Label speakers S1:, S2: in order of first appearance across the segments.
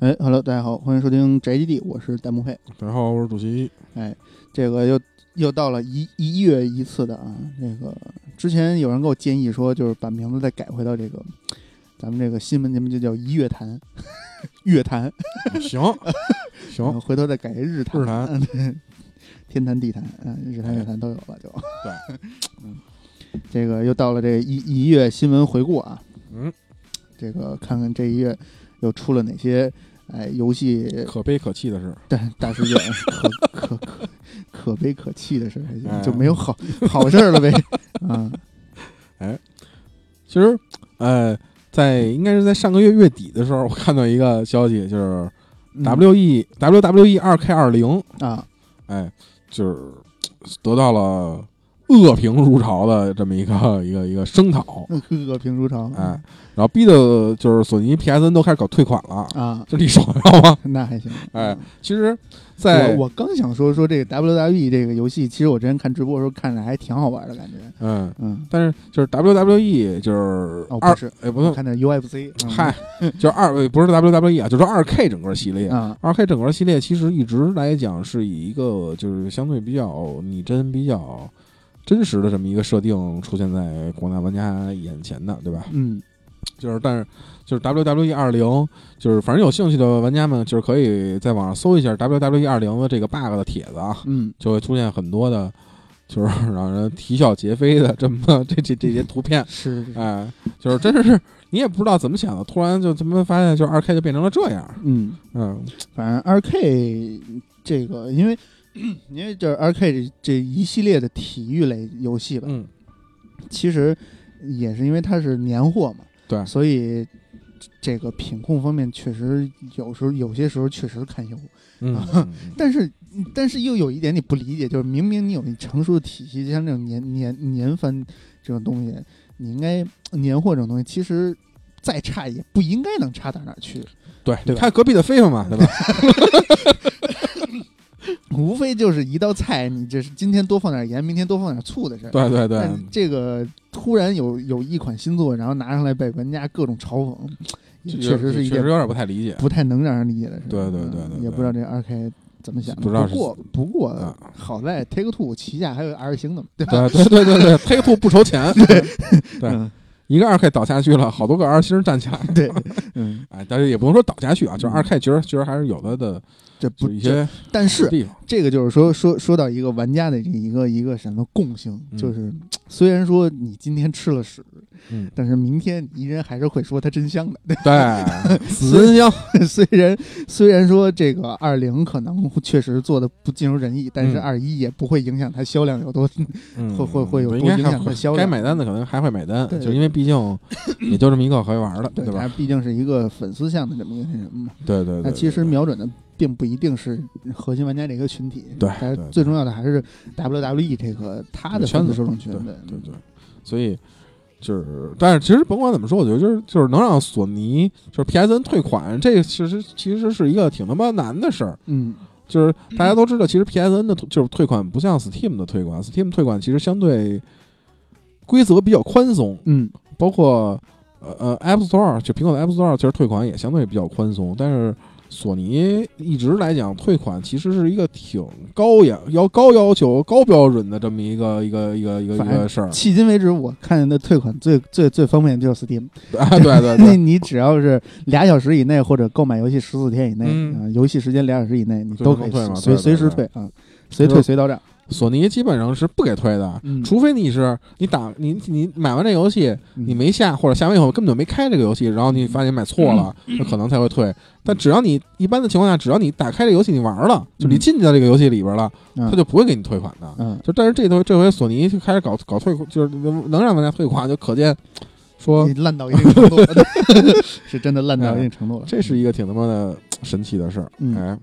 S1: 哎哈喽，大家好，欢迎收听宅基地，我是戴沐佩。
S2: 大家好，我是主席。
S1: 这个又又到了一一月一次的啊，那个之前有人给我建议说，就是把名字再改回到这个咱们这个新闻节目就叫一月谈， 月谈，
S2: 行 行
S1: 然，后回头再改日谈，
S2: 哦日谈
S1: 嗯，对天坛、地坛，嗯，日坛、月坛都有了就。对， 嗯，这个又到了这一一月新闻回顾啊，
S2: 嗯，
S1: 这个看看这一月又出了哪些哎游戏
S2: 可悲可气的 是，
S1: 大大事件，可可可可悲可气的事儿还行，
S2: 哎
S1: 就没有好好事儿 了呗，啊，
S2: 其实，呃，在应该是在上个月月底的时候，我看到一个消息，就是
S1: 嗯
S2: WE、WWE E 二 K 二零，
S1: 啊，
S2: 哎，就是得到了恶评如潮的这么一个一个一个声讨，
S1: 那恶评如潮，
S2: 哎，然后逼的就是索尼 PSN 都开始搞退款了，
S1: 啊，
S2: 这你爽要吗？
S1: 那还行，
S2: 哎
S1: 嗯，
S2: 其实，在
S1: 我我刚想说说这个 WWE 这个游戏，其实我之前看直播的时候看着还挺好玩的感觉，
S2: 嗯，
S1: 嗯，
S2: 但是就是 WWE 就是
S1: 哦
S2: 二
S1: 不是，
S2: 哎不
S1: 我
S2: 是
S1: 看的 UFC，嗯
S2: 嗨，就是二呃不是 WWE 啊，就是二 K 整个系列。
S1: 啊，
S2: 二 K 整个系列其实一直来讲是以一个就是相对比较拟真、比较真实的这么一个设定出现在广大玩家眼前的，对吧？
S1: 嗯
S2: 就是但是就是 WWE 二零，就是反正有兴趣的玩家们，就是可以在网上搜一下 WWE 二零的这个 bug 的帖子啊，
S1: 嗯
S2: 就会出现很多的，就是让人啼笑皆非的这么这这这些图片。
S1: 是，是是
S2: 哎，就是真是你也不知道怎么想的，突然就他妈发现，就是二 K 就变成了这样。
S1: 嗯。
S2: 嗯
S1: 反正二 K 这个，因为 因为就是二 K 这这一系列的体育类游戏吧，
S2: 嗯，
S1: 其实也是因为它是年货嘛，
S2: 对
S1: 所以这个品控方面确实有时候有些时候确实堪忧。
S2: 嗯，
S1: 但是但是又有一点你不理解，就是明明你有一成熟的体系，就像这种年年年番这种东西，你应该年货这种东西，其实再差也不应该能差到哪儿去。
S2: 对，
S1: 对吧
S2: 你看隔壁的菲菲嘛，对吧？
S1: 无非就是一道菜，你这是今天多放点盐，明天多放点醋的事儿。
S2: 对对对，
S1: 但这个突然有有一款新作，然后拿上来被玩家各种嘲讽，也
S2: 这
S1: 确实是一
S2: 确
S1: 件
S2: 实有点不太理解。
S1: 不太能让人理解的事。
S2: 对对对
S1: 嗯
S2: 对对
S1: 也不知道这二 K 怎么想的。
S2: 不知道是
S1: 过不过
S2: 啊
S1: 好在 Take Two 旗下还有 R 星的嘛，对吧？
S2: 对对对对对，黑兔不愁钱。对
S1: 嗯
S2: 一个二 K 倒下去了，好多个二星站起来。
S1: 对，嗯，
S2: 哎，但是也不能说倒下去啊，就是二 K 其实其实还是有它的
S1: 这
S2: 就
S1: 嗯不
S2: 是一
S1: 这
S2: 些
S1: 但是
S2: 地方。
S1: 这个就是说说说到一个玩家的这一个一个什么共性，
S2: 嗯
S1: 就是虽然说你今天吃了屎，
S2: 嗯，
S1: 但是明天你依然还是会说它真香的。
S2: 对，死人香。
S1: 虽然虽然说这个二零可能确实做的不尽如人意，但是
S2: 嗯
S1: 二一也不会影响它销量有多。
S2: 嗯
S1: 会会会有多
S2: 应该
S1: 影
S2: 还
S1: 响它
S2: 会
S1: 销
S2: 该
S1: 量
S2: 买单的可能还会买单，
S1: 对
S2: 就因为 毕竟也就这么一个可以玩的，
S1: 对，
S2: 吧
S1: 它？毕竟是一个粉丝向的这么一个那什么嘛。
S2: 对对对。
S1: 那其实
S2: 对
S1: 瞄准的并不一定是核心玩家这个群体，
S2: 对
S1: 还是
S2: 对对
S1: 最重要的还是 WWE 这个它的
S2: 圈
S1: 粉丝
S2: 子
S1: 受众群
S2: 对
S1: 嗯
S2: 对对，所以就是，但是其实甭管怎么说，我觉得就是就是能让索尼就是 PSN 退款，这个其实其实是一个挺他妈难的事儿。
S1: 嗯
S2: 就是大家都知道，其实 PSN 的就是退款不像 Steam 的退款，Steam 退款其实相对规则比较宽松，
S1: 嗯
S2: 包括呃呃 App Store 就苹果的 App Store 其实退款也相对比较宽松，但是。索尼一直来讲，退款其实是一个挺高要要高要求、高标准的这么一个一个一个一个一
S1: 反正
S2: 个事儿。
S1: 迄今为止，我看见的退款最最最方便的就是 Steam，
S2: 啊，对对
S1: 那
S2: 对，
S1: 你只要是俩小时以内，或者购买游戏十四天以内，
S2: 嗯
S1: 啊游戏时间俩小时以内，你
S2: 就
S1: 都
S2: 能
S1: 可以
S2: 退嘛
S1: 随
S2: 对
S1: 随
S2: 对
S1: 时退
S2: 对
S1: 啊，随退
S2: 就是
S1: 随到账。
S2: 索尼基本上是不给推的，
S1: 嗯
S2: 除非你是你打你你买完这游戏
S1: 嗯
S2: 你没下，或者下完以后根本就没开这个游戏，然后你发现买错了，
S1: 嗯
S2: 那可能才会退。但只要你一般的情况下，只要你打开这游戏你玩了，就你
S1: 嗯
S2: 进到这个游戏里边了，
S1: 嗯
S2: 他就不会给你退款的。
S1: 嗯，
S2: 就但是这回这回索尼就开始搞搞退，就是能能让玩家退款，就可见说
S1: 你烂到一定程度了， 是真的烂到一定程度了。
S2: 嗯这是一个挺他妈的神奇的事儿。
S1: 嗯
S2: 哎，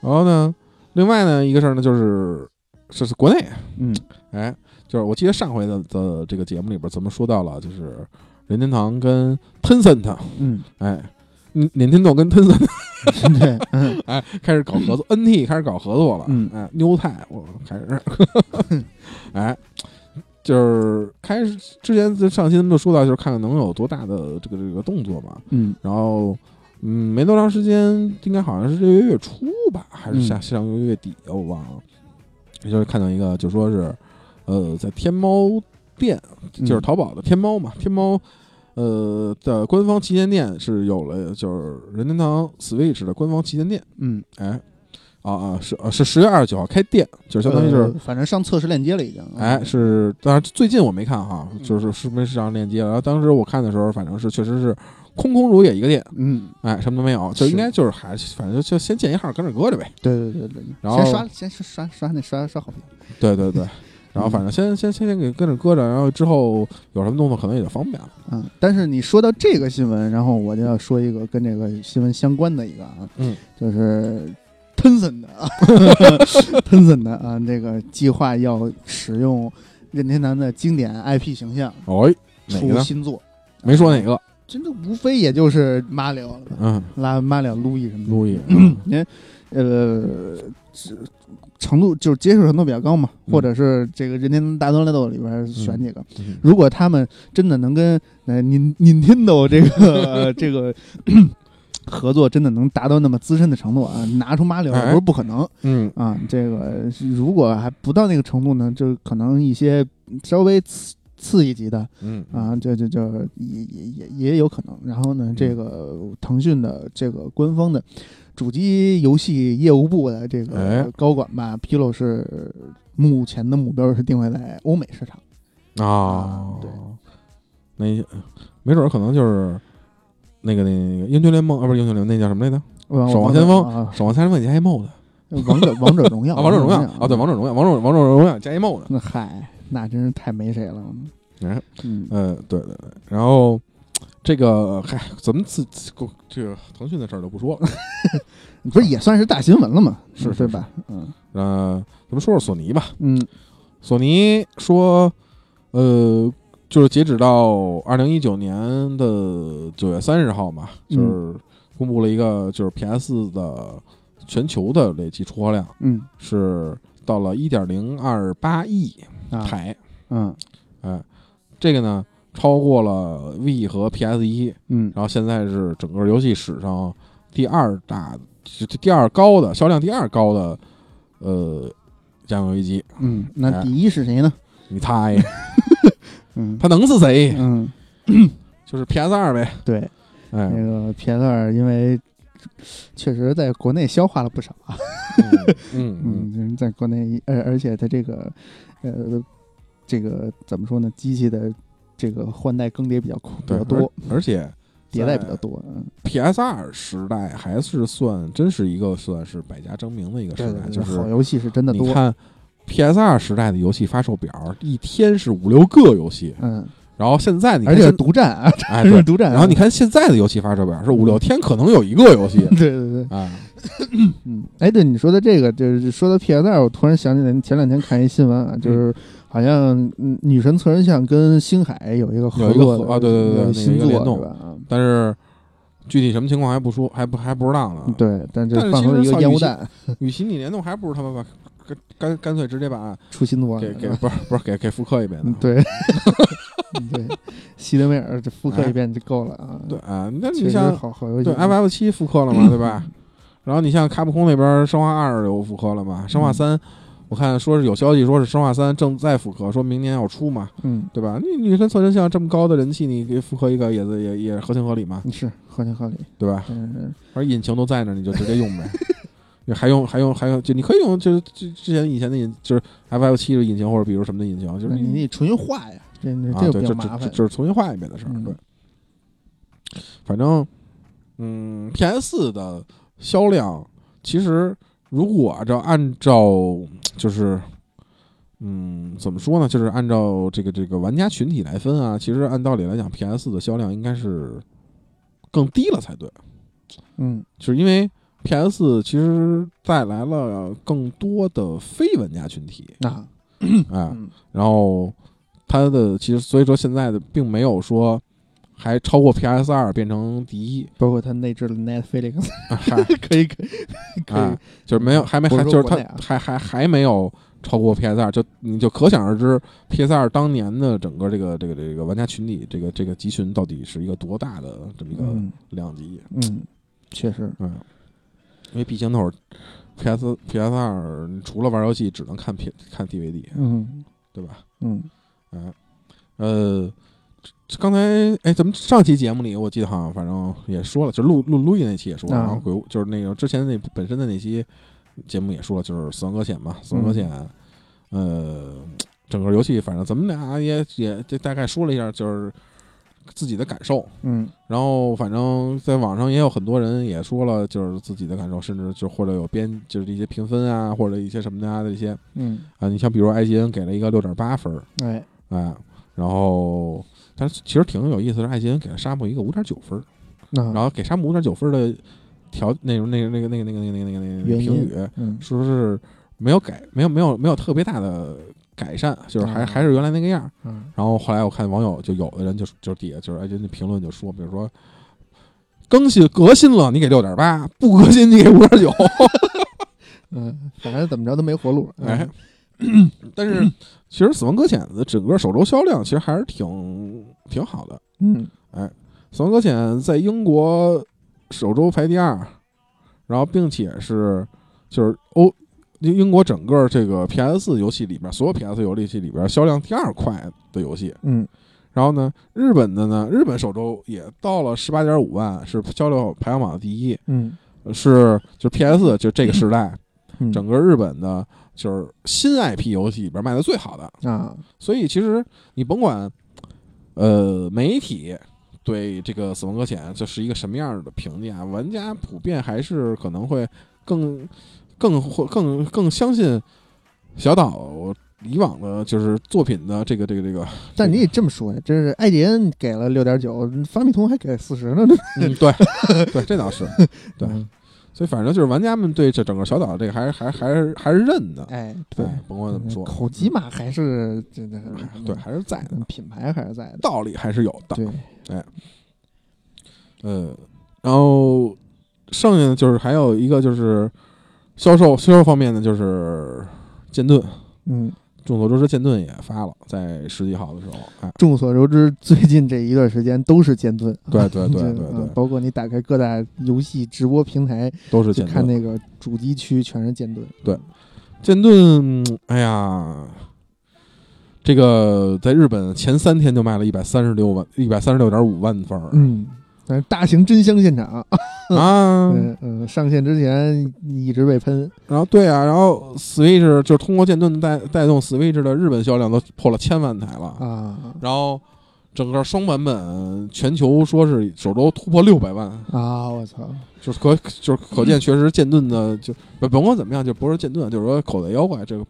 S2: 然后呢，另外呢一个事儿呢就是这是国内
S1: 嗯
S2: 哎，就是我记得上回的的这个节目里边，咱们说到了，就是任天堂跟 Tencent，
S1: 嗯，
S2: 哎，嗯任天堂跟 Tencent
S1: 对，嗯
S2: 哎开始搞合作，NT 开始搞合作了，
S1: 嗯
S2: 哎，New 泰我开始，哎，就是开始之前就上期咱们就说到，就是看看能有多大的这个这个动作嘛。
S1: 嗯
S2: 然后，嗯，没多长时间，应该好像是这个月月初吧，还是下
S1: 嗯
S2: 上个月底，我忘了。也就是看到一个，就说是，呃，在天猫店，就是
S1: 嗯
S2: 淘宝的天猫嘛，天猫，呃的官方旗舰店是有了，就是任天堂 Switch 的官方旗舰店，
S1: 嗯，
S2: 哎，啊啊是啊是十月二十九号开店，就是相当于就是
S1: 呃反正上测试链接了已经。
S2: 哎，是，当然最近我没看哈，
S1: 嗯
S2: 就是是不是上链接了？然后当时我看的时候，反正是确实是空空如也一个店，
S1: 嗯，
S2: 哎，什么都没有，就是应该就是还是反正就先建一号跟着搁着呗。
S1: 对对对对，对
S2: 然后
S1: 嗯先刷先刷刷刷那刷刷好评。
S2: 对 对对，然后反正先先先先给跟着搁着，然后之后有什么动作可能也就方便了。
S1: 嗯，但是你说到这个新闻，然后我就要说一个跟这个新闻相关的一个啊，
S2: 嗯，
S1: 就是 Tencent 的啊 ，Tencent 的啊，这个计划要使用任天堂的经典 IP 形象
S2: 哎，哪个
S1: 出
S2: 呢？
S1: 新作，
S2: 没说哪个，
S1: 真的无非也就是马里奥了吧，
S2: 嗯，
S1: 拉马里奥、路易什么的，
S2: 路易，
S1: 嗯呃，这程度就是接受程度比较高嘛，
S2: 嗯
S1: 或者是这个任天堂大乱斗里边选几个，
S2: 嗯
S1: 如果他们真的能跟呃 Nin Nintendo 这个、 呃这个 合作，真的能达到那么资深的程度啊，拿出马里奥也
S2: 哎
S1: 不是不可能
S2: 嗯，
S1: 啊。这个如果还不到那个程度呢，就可能一些稍微次次一级的
S2: 嗯嗯
S1: 啊，这这这也也也也有可能。然后呢，这个腾讯的这个官方的主机游戏业务部的这
S2: 哎
S1: 个高管吧，披露是目前的目标是定位在欧美市场。
S2: 啊
S1: 啊，对，
S2: 那没准儿可能就是那个那个英雄联盟啊，不是英雄联盟，那叫什么来着？守望先锋
S1: 啊，呃
S2: 守望先锋加 emo 的
S1: 王者王者荣耀
S2: 啊，王者荣耀
S1: 啊，
S2: 啊，对，王者荣耀，王者王者荣耀加 emo 的。
S1: 那嗨，那真是太没谁了。
S2: 哎
S1: 嗯，
S2: 嗯，对对对，然后这个嗨，咱们自自这个腾讯的事儿就不说了。
S1: 不是也算是大新闻了嘛，
S2: 是是
S1: 对吧？嗯
S2: 呃，咱们说说索尼吧。
S1: 嗯
S2: 索尼说，呃，就是截止到二零一九年的九月三十号嘛，就是公布了一个就是 PS 的全球的累计出货量
S1: 嗯
S2: 是到了一点零二八亿
S1: 啊
S2: 台，
S1: 嗯
S2: 哎、这个呢超过了 V 和 PS 一，
S1: 嗯
S2: 然后现在是整个游戏史上第二大、就就第二高的销量第二高的呃家用游戏机。
S1: 嗯，那第一是谁呢？
S2: 你猜
S1: 嗯
S2: 它能是谁？
S1: 嗯，
S2: 就是 PS 二呗。
S1: 对，
S2: 哎，
S1: 那个 PS 二因为确实在国内消化了不少啊，
S2: 嗯嗯
S1: 嗯，就是在国内，而而且它这个呃这个怎么说呢，机器的这个换代更迭比较快比
S2: 对，
S1: 较多，
S2: 而而且
S1: 迭代比较多，嗯。
S2: PS 二时代还是算真是一个算是百家争鸣的一个时代，就
S1: 好
S2: 是
S1: 游戏是真的
S2: 你
S1: 多。
S2: 看 PS 二时代的游戏发售表，一天是五六个游戏，
S1: 嗯，
S2: 然后现在你
S1: 而
S2: 看
S1: 且是
S2: 现
S1: 独占啊，
S2: 哎
S1: 真是
S2: 对，
S1: 独占啊。，
S2: 然后你看现在的游戏发售表是五六天可能有一个游戏
S1: 对对对，
S2: 啊，
S1: 嗯，哎，对你说的这个，就是说到 PS 二，我突然想起来，前两天看一新闻啊，就是好像嗯女神测人像跟星海有一个合
S2: 有一个
S1: 作
S2: 合
S1: 的
S2: 啊对对对对
S1: 有
S2: 那个
S1: 新
S2: 有
S1: 作
S2: 联动
S1: 是吧？啊
S2: 但是具体什么情况还不说，还不还不知道呢。，
S1: 对，但这
S2: 啊但是
S1: 放
S2: 其
S1: 出了一
S2: 实
S1: 个
S2: 扫
S1: 烟雾
S2: 女性
S1: 弹，
S2: 与其你联动，还不如他妈把干干干脆直接把
S1: 出新作
S2: 给
S1: 了
S2: 给啊
S1: 是吧
S2: 不是不是给给复刻一遍
S1: 嗯
S2: 呢。
S1: 对嗯对，希德威尔这复刻一遍就够了啊。
S2: 哎对，啊，那
S1: 确
S2: 你
S1: 实
S2: 像
S1: 好好游戏
S2: 对。FF 七复刻了嘛，对吧？然后你像卡普空那边《生化二》有复刻了嘛，《生化
S1: 嗯
S2: 三》我看说是有消息说是《生化三》正在复刻，说明年要出嘛，
S1: 嗯，
S2: 对吧？你你跟侧身像这么高的人气，你给复刻一个也是也也合情合理嘛，
S1: 是合情合理，嗯
S2: 对吧？
S1: 但是
S2: 而引擎都在那儿，你就直接用呗。 你还用还用还用，就你可以用，就是之之前以前的引，就是 F F 七的引擎或者比如什么的引擎，就是
S1: 那你得重新画呀，这
S2: 啊，
S1: 这个比
S2: 对，就
S1: 较
S2: 就
S1: 麻
S2: 就
S1: 烦。
S2: 就是重新画一遍的事儿。
S1: 嗯
S2: 对，反正嗯，P S 四的销量其实如果照按照就是嗯怎么说呢，就是按照这个这个玩家群体来分啊，其实按道理来讲，P S 四的销量应该是更低了才对，
S1: 嗯
S2: 就是因为。P.S. 四其实带来了更多的非玩家群体，
S1: 啊，
S2: 哎，
S1: 嗯
S2: 然后它的其实所以说现在的并没有说还超过 PS 二变成第一，
S1: 包括它内置了 Netflix，
S2: 啊嗨，
S1: 可以可以可以
S2: 哎，就是没有还没还
S1: 不是
S2: 就是
S1: 说国
S2: 它
S1: 内啊
S2: 还还还没有超过 PS 二，就你就可想而知 PS 二当年的整个这个这个这个玩家群体，这个这个集群到底是一个多大的这么一个
S1: 嗯
S2: 量级。
S1: 嗯，确实，
S2: 嗯，因为毕竟那会儿 PS PS 二除了玩游戏，只能看 P 看 DVD，
S1: 嗯
S2: 对吧？
S1: 嗯
S2: 嗯，呃，这刚才哎，咱们上期节目里我记得好像反正也说了，就录录录音那期也说了，
S1: 啊
S2: 然后鬼屋就是那个之前那本身的那期节目也说了，就是死亡搁浅嘛，死亡搁浅，呃，整个游戏反正咱们俩也也这大概说了一下，就是自己的感受。
S1: 嗯
S2: 然后，反正在网上也有很多人也说了，就是自己的感受，甚至就或者有编，就是一些评分啊，或者一些什么的的一些
S1: 嗯，
S2: 啊，你像比如 IGN 给了一个六点八分儿，
S1: 哎，
S2: 哎，然后但是其实挺有意思的是，艾金给了沙漠一个五点九分儿，
S1: 那
S2: 然后给沙漠五点九分儿的条那种那个那个那个那个那个那个那个那个
S1: 原因
S2: 评语，
S1: 嗯
S2: 说是没有改，没有没有没有特别大的改善，就是还
S1: 啊
S2: 还是原来那个样儿。
S1: 嗯
S2: 然后后来我看网友就有的人就就底下就是艾金的评论就说，比如说。更新革新了，你给六点八；不革新，你给五点九。
S1: 嗯，反正怎么着都没活路，嗯
S2: 哎，但是其实《死亡搁浅》的整个首周销量其实还是挺挺好的，
S1: 嗯
S2: 《死亡搁浅》在英国首周排第二，然后并且是就是欧英英国整个这个 PS 游戏里边，所有 PS 游戏里边销量第二快的游戏。
S1: 嗯
S2: 然后呢，日本的呢，日本首周也到了十八点五万，是销量排行榜的第一，
S1: 嗯
S2: 是就是 PS 就这个时代
S1: 嗯，
S2: 整个日本的就是新 IP 游戏里边卖的最好的。
S1: 啊，
S2: 所以其实你甭管，呃，媒体对这个《死亡搁浅》这是一个什么样的评价，玩家普遍还是可能会更、更会、更更相信小岛以往的就是作品的这个、这个、这个。
S1: 但你也这么说呀，真是艾迪恩给了六点九，法米通还给四十呢，这
S2: 嗯，对，对，这倒是。对
S1: 嗯
S2: 所以反正就是玩家们对这整个小岛这个还还还是还是认的。
S1: 哎，对
S2: 对，，甭管怎么说，
S1: 口级嘛还是真的
S2: 嗯，对，还是在的，
S1: 嗯品牌还是在的，
S2: 道理还是有的。
S1: 对，
S2: 呃，然后剩下的就是还有一个就是销售销售方面呢，就是剑盾，
S1: 嗯。
S2: 众所周知，剑盾也发了，在十几号的时候，哎，
S1: 众所周知，最近这一段时间都是剑盾，
S2: 对对对
S1: 这
S2: 对
S1: 嗯
S2: 对，
S1: 包括你打开各大游戏直播平台，
S2: 都是
S1: 就
S2: 剑
S1: 看那
S2: 盾。
S1: 个主机区全是剑盾，
S2: 剑盾，嗯哎呀，这个在日本前三天就卖了一百三十六万，一百三十六点五万份儿、
S1: 嗯，但是大型真香现场，
S2: 啊。
S1: 嗯嗯，上线之前一直被喷，
S2: 然后对啊，然后 Switch 就是通过剑盾带带动 Switch 的日本销量都破了千万台了啊
S1: 啊
S2: 然后整个双版本全球说是首周突破六百万，
S1: 啊！我操，
S2: 就是可就是可见，确实剑盾的就甭甭管怎么样，就不是剑盾，就是说口袋妖怪这个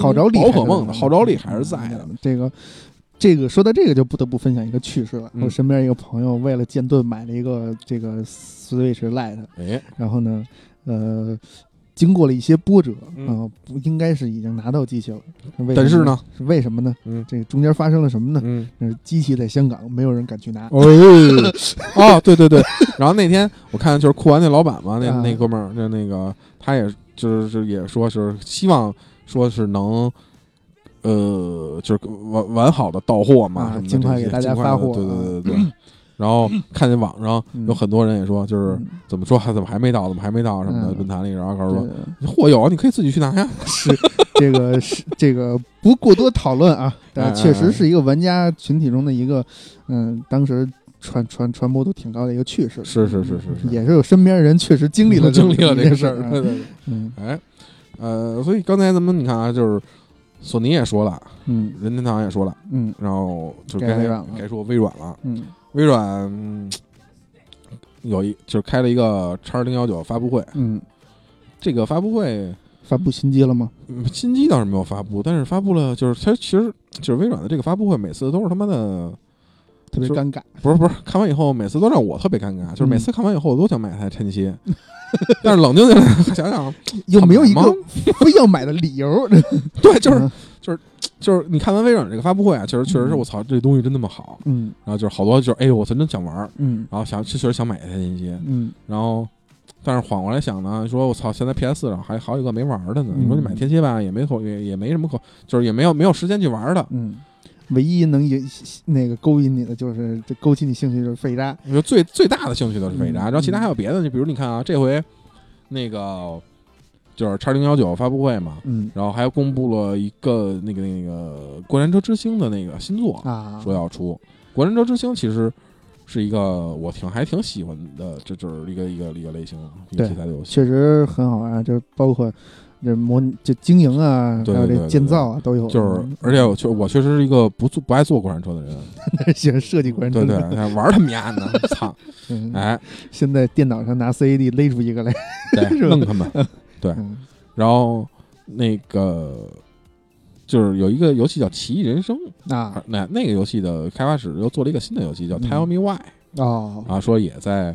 S1: 号召力还
S2: 宝
S1: 是，
S2: 可梦的号召力还是在的。
S1: 嗯。这个，这个说到这个就不得不分享一个趣事了。
S2: 嗯
S1: 我身边一个朋友为了剑盾买了一个这个 Switch Lite，
S2: 哎，
S1: 然后呢，呃。经过了一些波折，
S2: 嗯
S1: 啊，不应该是已经拿到机器了。为
S2: 但
S1: 什
S2: 是
S1: 么
S2: 呢，
S1: 是为什么呢？
S2: 嗯
S1: 这个中间发生了什么呢？
S2: 嗯，
S1: 呃机器在香港，没有人敢去拿。
S2: 哦哦，对对对。然后那天我看就是酷玩那老板嘛，那
S1: 啊
S2: 那哥们儿，那那个他也就是也说是希望说是能。呃，就是完完好的到货嘛
S1: 啊
S2: 什么的这些，
S1: 尽快给大家
S2: 尽快地
S1: 发货嗯
S2: 对对对对对。然后看见网上有很多人也说，就是
S1: 嗯
S2: 怎么说，还怎么还没到，怎么还没到什么的
S1: 嗯
S2: 论坛里，然后告诉说
S1: 对
S2: 货有，啊你可以自己去拿呀。
S1: 是 这个是这个不过多讨论啊，
S2: 嗯
S1: 但是确实是一个玩家群体中的一个，嗯，当时传传传播度挺高的一个趣事。
S2: 是是是是是
S1: 也是有身边人确实经历了
S2: 经历了
S1: 这
S2: 这
S1: 个
S2: 个事儿，对
S1: 啊
S2: 对对。
S1: 嗯
S2: 哎，呃，所以刚才咱们你看啊，就是索尼也说了，
S1: 嗯
S2: 任天堂也说了，
S1: 嗯
S2: 然后就
S1: 该
S2: 该
S1: 微软了
S2: 该说微软了。
S1: 嗯
S2: 微软嗯有一就是开了一个叉零幺九发布会，
S1: 嗯，
S2: 这个发布会
S1: 发布新机了吗？
S2: 嗯新机倒是没有发布，但是发布了就是它其实就是微软的这个发布会，每次都是他妈的
S1: 特别
S2: 就
S1: 尴尬。
S2: 不是不是，看完以后每次都让我特别尴尬，就是每
S1: 嗯
S2: 次看完以后我都想买台晨曦， 但是冷静下来想想，
S1: 有没有一
S2: 他
S1: 个
S2: 们
S1: 非要买的理由？
S2: 对，就是
S1: 嗯
S2: 就是你看完微软这个发布会啊，确实确实是我操，这东西真那么好，
S1: 嗯
S2: 然后就是好多就是哎呦我真的想玩儿，
S1: 嗯
S2: 然后想确实想买一台晨曦，
S1: 嗯
S2: 然后但是反过来想呢，说我操，现在 PS 上还好几个没玩儿的呢。
S1: 嗯
S2: 你说你买天蝎吧，也没可也也没什么可，就是也没有没有时间去玩儿的。
S1: 嗯，唯一能引那个勾引你的就是这勾起你兴趣就是废渣，
S2: 你说最最大的兴趣的是肥渣，
S1: 嗯
S2: 然后其他
S1: 嗯
S2: 还有别的，就比如你看啊，这回那个就是叉零幺九发布会嘛，
S1: 嗯
S2: 然后还公布了一个那个那个《过山车之星》的那个新作，
S1: 啊，
S2: 说要出《过山车之星》，其实是一个我挺还挺喜欢的，这就是一个一个一个类型一个
S1: 对
S2: 题材的游戏。
S1: 确实很好玩啊，就是包括这模拟就经营啊，
S2: 对
S1: 还有
S2: 对
S1: 这
S2: 对
S1: 建造啊都有，
S2: 就是，而且我确我确实是一个不坐不爱坐过山车的人，
S1: 且 喜欢设计过程
S2: 对
S1: 中
S2: 对，还玩他们家呢，操！
S1: 嗯
S2: 哎，
S1: 现在电脑上拿 CAD 勒出一个来，
S2: 对，
S1: 是吧
S2: 弄他们。对
S1: 嗯
S2: 然后那个就是有一个游戏叫《奇异人生》，
S1: 啊
S2: 那那个游戏的开发室又做了一个新的游戏叫《
S1: 嗯
S2: Tell Me Why》，
S1: 哦，
S2: 啊，说也在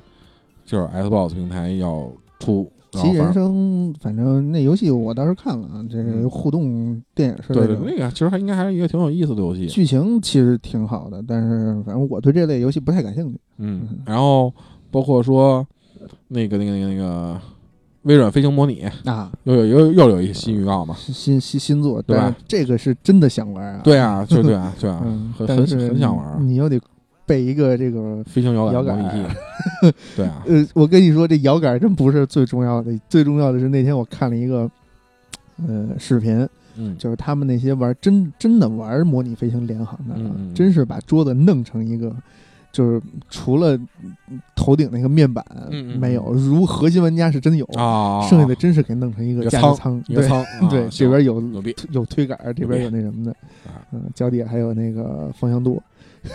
S2: 就是 Xbox 平台要出。然
S1: 其实
S2: 后反
S1: 人
S2: 正
S1: 生，反正那游戏我倒是看了啊，这是互动电影式的
S2: 对对，
S1: 那种
S2: 那个其实还应该还是一个挺有意思的游戏。
S1: 剧情其实挺好的，但是反正我对这类游戏不太感兴趣。
S2: 嗯
S1: 嗯，
S2: 然后包括说那个那个那个那个微软飞行模拟
S1: 啊，
S2: 又有又又有一新预告嘛？
S1: 新新新作，
S2: 对吧
S1: 但是这个是真的想玩啊。，
S2: 对啊，就对 啊，对啊，
S1: 嗯，
S2: 很很
S1: 但是
S2: 很想玩啊
S1: 你你又得备一个这个。
S2: 飞行摇
S1: 摇杆
S2: 杆模拟器。 对啊，
S1: 呃，我跟你说，这摇杆真不是最重要的，最重要的是那天我看了一个，呃，视频，
S2: 嗯，
S1: 就是他们那些玩真真的玩模拟飞行联航的啊，
S2: 嗯嗯嗯
S1: 真是把桌子弄成一个，就是除了嗯头顶那个面板、
S2: 嗯嗯
S1: 没有，如核心玩家是真有，
S2: 啊，
S1: 剩下的真是给弄成一
S2: 一
S1: 个
S2: 个
S1: 驾
S2: 舱
S1: 驶舱，
S2: 一个
S1: 对
S2: 仓，啊
S1: 对，
S2: 行
S1: 这边有
S2: 牛逼
S1: 有推杆儿，这边有那什么的
S2: 啊，
S1: 嗯，脚底下还有那个方向舵，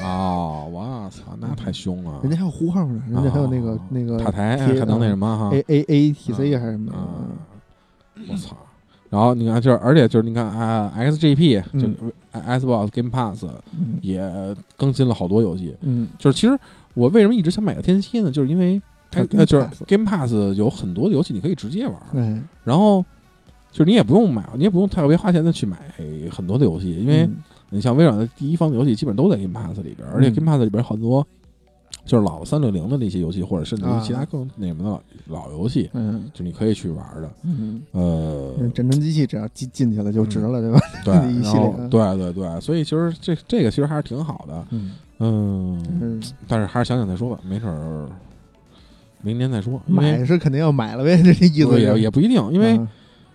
S2: 啊！哇操，那太凶了！
S1: 人家还有呼号呢，人家还有那个
S2: 啊
S1: 那个
S2: 塔台
S1: 贴啊哎
S2: 还能那什么哈
S1: A A A T
S2: 啊
S1: C 还是什么
S2: 啊
S1: 的，
S2: 我操！然后你看，就是而且就是你看啊，XGP 就啊
S1: 嗯
S2: Xbox Game Pass
S1: 嗯
S2: 也更新了好多游戏。
S1: 嗯
S2: 就是其实我为什么一直想买个天蝎呢？就是因为
S1: 它有 Game
S2: 呃，就是
S1: Pass
S2: Game Pass 有很多游戏你可以直接玩，
S1: 哎，
S2: 然后就是你也不用买，你也不用特别花钱的去买哎很多的游戏，因为
S1: 嗯
S2: 你像微软的第一方的游戏基本都在 Game Pass 里边，而且
S1: 嗯
S2: Game Pass 里边很多就是老三六零的那些游戏，或者甚至于其他
S1: 啊
S2: 更那什么的老老游戏，
S1: 嗯
S2: 就你可以去玩的。
S1: 嗯，
S2: 呃，嗯
S1: 战争机器只要进进去了就值了，对吧？
S2: 对，
S1: 一
S2: 然
S1: 系列
S2: 后
S1: 的
S2: 对对对，所以其实这这个其实还是挺好的，
S1: 嗯，
S2: 嗯，
S1: 嗯
S2: 但是还是想想再说吧，没准儿明年再说，因为
S1: 买是肯定要买了呗， 这意思
S2: 也
S1: 是
S2: 也不一定，因为
S1: 啊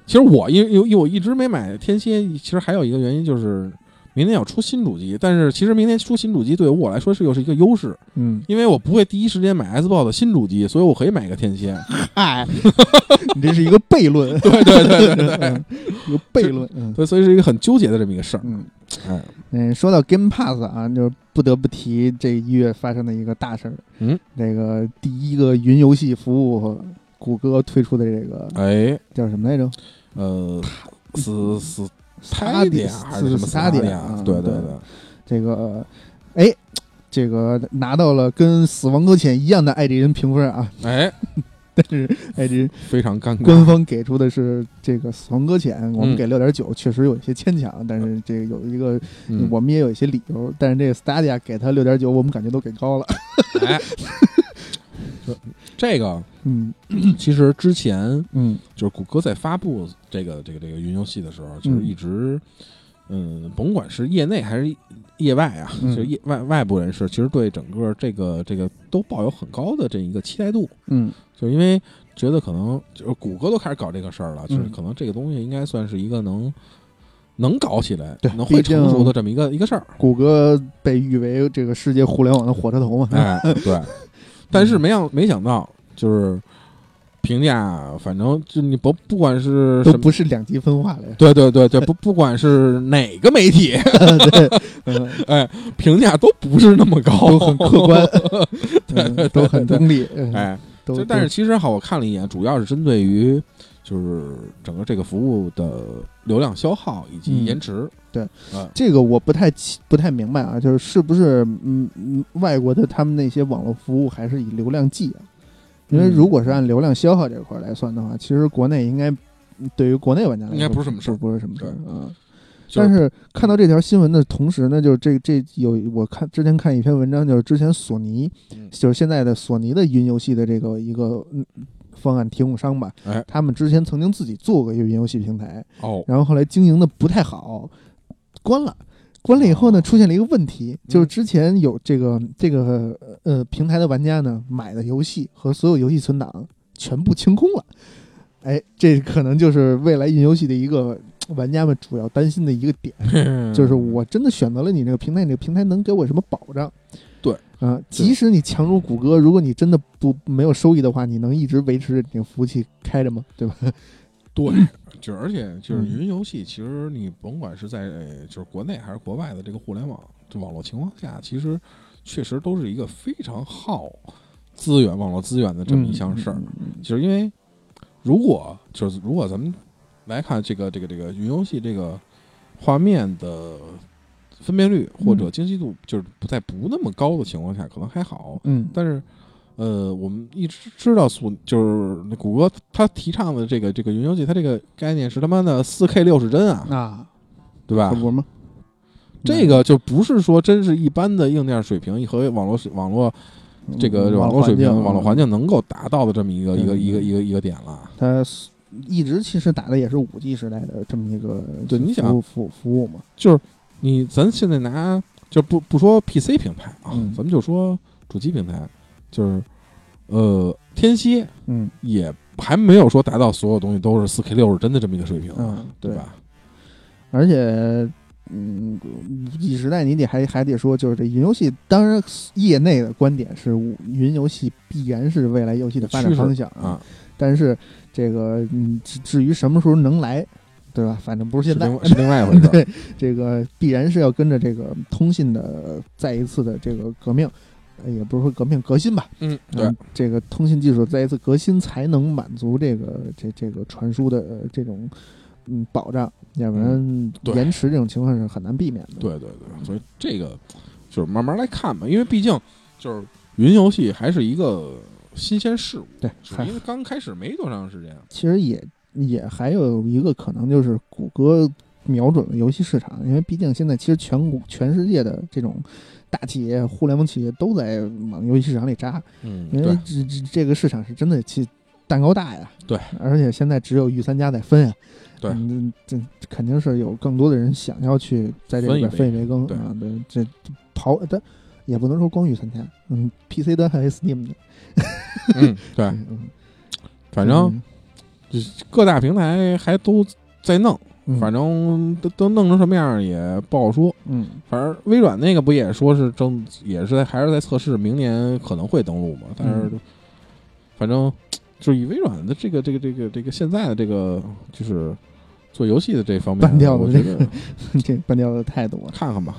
S2: 其实我因因因为我一直没买天蝎，其实还有一个原因就是。明年要出新主机，但是其实明年出新主机对于我来说是又是一个优势，
S1: 嗯，
S2: 因为我不会第一时间买 S b o x 的新主机，所以我可以买个天蝎。
S1: 哎，你这是一个悖论，
S2: 对对对对对，
S1: 嗯一个悖论，嗯。
S2: 对，所以是一个很纠结的这么一个事儿。
S1: 嗯
S2: 哎，
S1: 嗯，说到 Game Pass 啊，就是不得不提这一月发生的一个大事儿。
S2: 嗯，
S1: 这个第一个云游戏服务，谷歌推出的这个
S2: 哎，
S1: 叫什么来着？
S2: 呃，死死
S1: 塔
S2: 泰迪
S1: 迪
S2: 亚还是什么
S1: 斯塔迪
S2: 迪
S1: 亚啊
S2: 对
S1: 对
S2: 对，
S1: 这个，哎，这个拿到了跟《死亡搁浅》一样的艾迪人评分啊，
S2: 哎，
S1: 但是艾迪人
S2: 非常尴尬。
S1: 官方给出的是这个《死亡搁浅》，我们给六点九，确实有一些牵强，但是这个有一个、
S2: 嗯
S1: 我们也有一些理由，但是这个 Stadia 给他六点九，我们感觉都给高了，
S2: 哎，就这个
S1: 嗯
S2: 其实之前
S1: 嗯
S2: 就是谷歌在发布这个这个这个云游戏的时候，就是一直。嗯，甭管是业内还是业外啊，
S1: 嗯
S2: 就业外外部人士，其实对整个这个这个都抱有很高的这一个期待度，
S1: 嗯
S2: 就因为觉得可能就是谷歌都开始搞这个事儿了，就是
S1: 嗯
S2: 可能这个东西应该算是一个能能搞起来，
S1: 对
S2: 能会
S1: 毕竟
S2: 成熟的这么一个一个 事儿。
S1: 谷歌被誉为这个世界互联网的火车头嘛，
S2: 哎， 对。但
S1: 嗯
S2: 是没想没想到，就是评价，反正就你不不管是
S1: 都
S2: 什么，，
S1: 不是两极分化了呀
S2: 对对对对，不不管是哪个媒体，
S1: 对，嗯
S2: 哎，评价都不是那么高，
S1: 都 很客观，嗯都很中立，嗯
S2: 哎，
S1: 都
S2: 就但是
S1: 都
S2: 其实哈，我看了一眼，主要是针对于就是整个这个服务的流量消耗以及
S1: 嗯
S2: 延迟。
S1: 对，
S2: 啊，
S1: 这个我不太清不太明白啊，就是是不是嗯嗯外国的他们那些网络服务还是以流量计啊？因为
S2: 嗯
S1: 如果是按流量消耗这块儿来算的话，其实国内应该嗯对于国内玩家来说
S2: 应该不是什么事儿
S1: 不是什么事儿
S2: 对
S1: 啊。
S2: 就
S1: 但是看到这条新闻的同时呢，就是这这有我看之前看一篇文章，就是之前索尼
S2: 嗯
S1: 就是现在的索尼的云游戏的这个一个嗯方案提供商吧，
S2: 哎
S1: 他们之前曾经自己做过一个云游戏平台，
S2: 哦，
S1: 然后后来经营的不太好，关了。关了以后呢，
S2: 哦嗯
S1: 出现了一个问题，就是之前有这个这个呃平台的玩家呢，买的游戏和所有游戏存档全部清空了。哎，这可能就是未来云游戏的一个呃玩家们主要担心的一个点，
S2: 嗯
S1: 就是我真的选择了你这个平台，你这个平台能给我什么保障？
S2: 对
S1: 啊、即使你强如谷歌，如果你真的不没有收益的话，你能一直维持着你的服务器开着吗？对吧？
S2: 对，就是而且就是
S1: 嗯
S2: 云游戏，其实你甭管是在呃就是国内还是国外的这个互联网这网络情况下，其实确实都是一个非常耗资源、网络资源的这么一项事儿。
S1: 嗯，嗯
S2: 就是因为如果就是如果咱们来看这个这个这个云游戏这个画面的分辨率或者
S1: 嗯
S2: 精细度，就是不在不那么高的情况下，可能还好。
S1: 嗯，
S2: 但是，呃，我们一直知道索就是那谷歌它提倡的这个这个云游戏，它这个概念是他妈的四 K 六十帧啊，
S1: 啊，
S2: 对吧
S1: 可？不吗？
S2: 这个就不是说真是一般的硬件水平和网络水网络
S1: 嗯
S2: 这个网
S1: 网
S2: 络水平、
S1: 环境
S2: 网络环，境能够达到的这么一个一个
S1: 嗯
S2: 一个一个一个点了。啊
S1: 它是一直其实打的也是五 G 时代的这么一个
S2: 对你想
S1: 服务服服务嘛，
S2: 就是你咱现在拿就不不说 PC 平台啊，
S1: 嗯
S2: 咱们就说主机平台，就是呃天蝎
S1: 嗯
S2: 也还没有说达到所有东西都是四 K 六十帧的这么一个水平啊，
S1: 嗯，
S2: 对？吧？
S1: 而且。嗯，五 G 时代你得还还得说，就是这云游戏，当然业内的观点是云游戏必然是未来游戏的发展
S2: 趋势
S1: 方向
S2: 啊，，
S1: 但是这个嗯，至至于什么时候能来，对吧？反正不是
S2: 是
S1: 现在
S2: 另，是另外一回事儿。
S1: 对，这个必然是要跟着这个通信的再一次的这个革命，呃也不是说革命革新吧，
S2: 嗯，对
S1: 嗯，这个通信技术再一次革新，才能满足这个这这个传输的、呃这种嗯保障，要不然
S2: 嗯对
S1: 延迟这种情况是很难避免的。，
S2: 对对对，所以这个就是慢慢来看吧，因为毕竟就是云游戏还是一个新鲜事物，
S1: 对，
S2: 属
S1: 还
S2: 于刚开始没多长时间。啊
S1: 其实也也还有一个可能就是谷歌瞄准了游戏市场，因为毕竟现在其实全国全世界的这种大企业、互联网企业都在往游戏市场里扎，
S2: 嗯
S1: 因
S2: 对
S1: 为，这这这个市场是真的其蛋糕大呀。
S2: 对，
S1: 而且现在只有御三家在分呀。
S2: 对
S1: 嗯，这这肯定是有更多的人想要去在这里边
S2: 分
S1: 分一杯羹
S2: 对
S1: 啊。对，这刨但也不能说光御三家，嗯，PC 端还有 Steam 的，
S2: 嗯对，
S1: 嗯嗯，
S2: 反正各大平台还都在弄，
S1: 嗯
S2: 反正都都弄成什么样儿也不好说。
S1: 嗯
S2: 反正微软那个不也说是正也是在还是在测试，明年可能会登陆嘛？但是
S1: 嗯
S2: 反正就是以微软的这个这个这个这个现在的这个就是做游戏的这方面，
S1: 半吊子
S2: 我觉
S1: 这
S2: 得
S1: 个嗯 这半吊子太多了。
S2: 看看吧，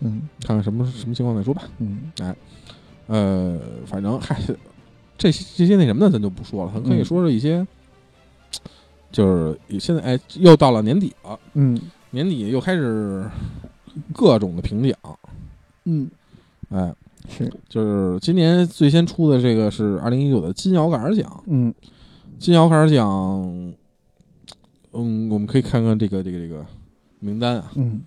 S1: 嗯
S2: 看看什么什么情况再说吧。
S1: 嗯
S2: 呃，反正还是这些这些那什么的，咱就不说了，咱可以
S1: 嗯
S2: 说是一些，就是现在哎，又到了年底了，
S1: 嗯
S2: 年底又开始各种的评奖，
S1: 嗯，
S2: 哎，
S1: 是
S2: 就是今年最先出的这个是二零一九的金摇杆儿奖，
S1: 嗯
S2: 金摇杆儿奖，嗯，我们可以看看这个这个这个名单啊，
S1: 嗯，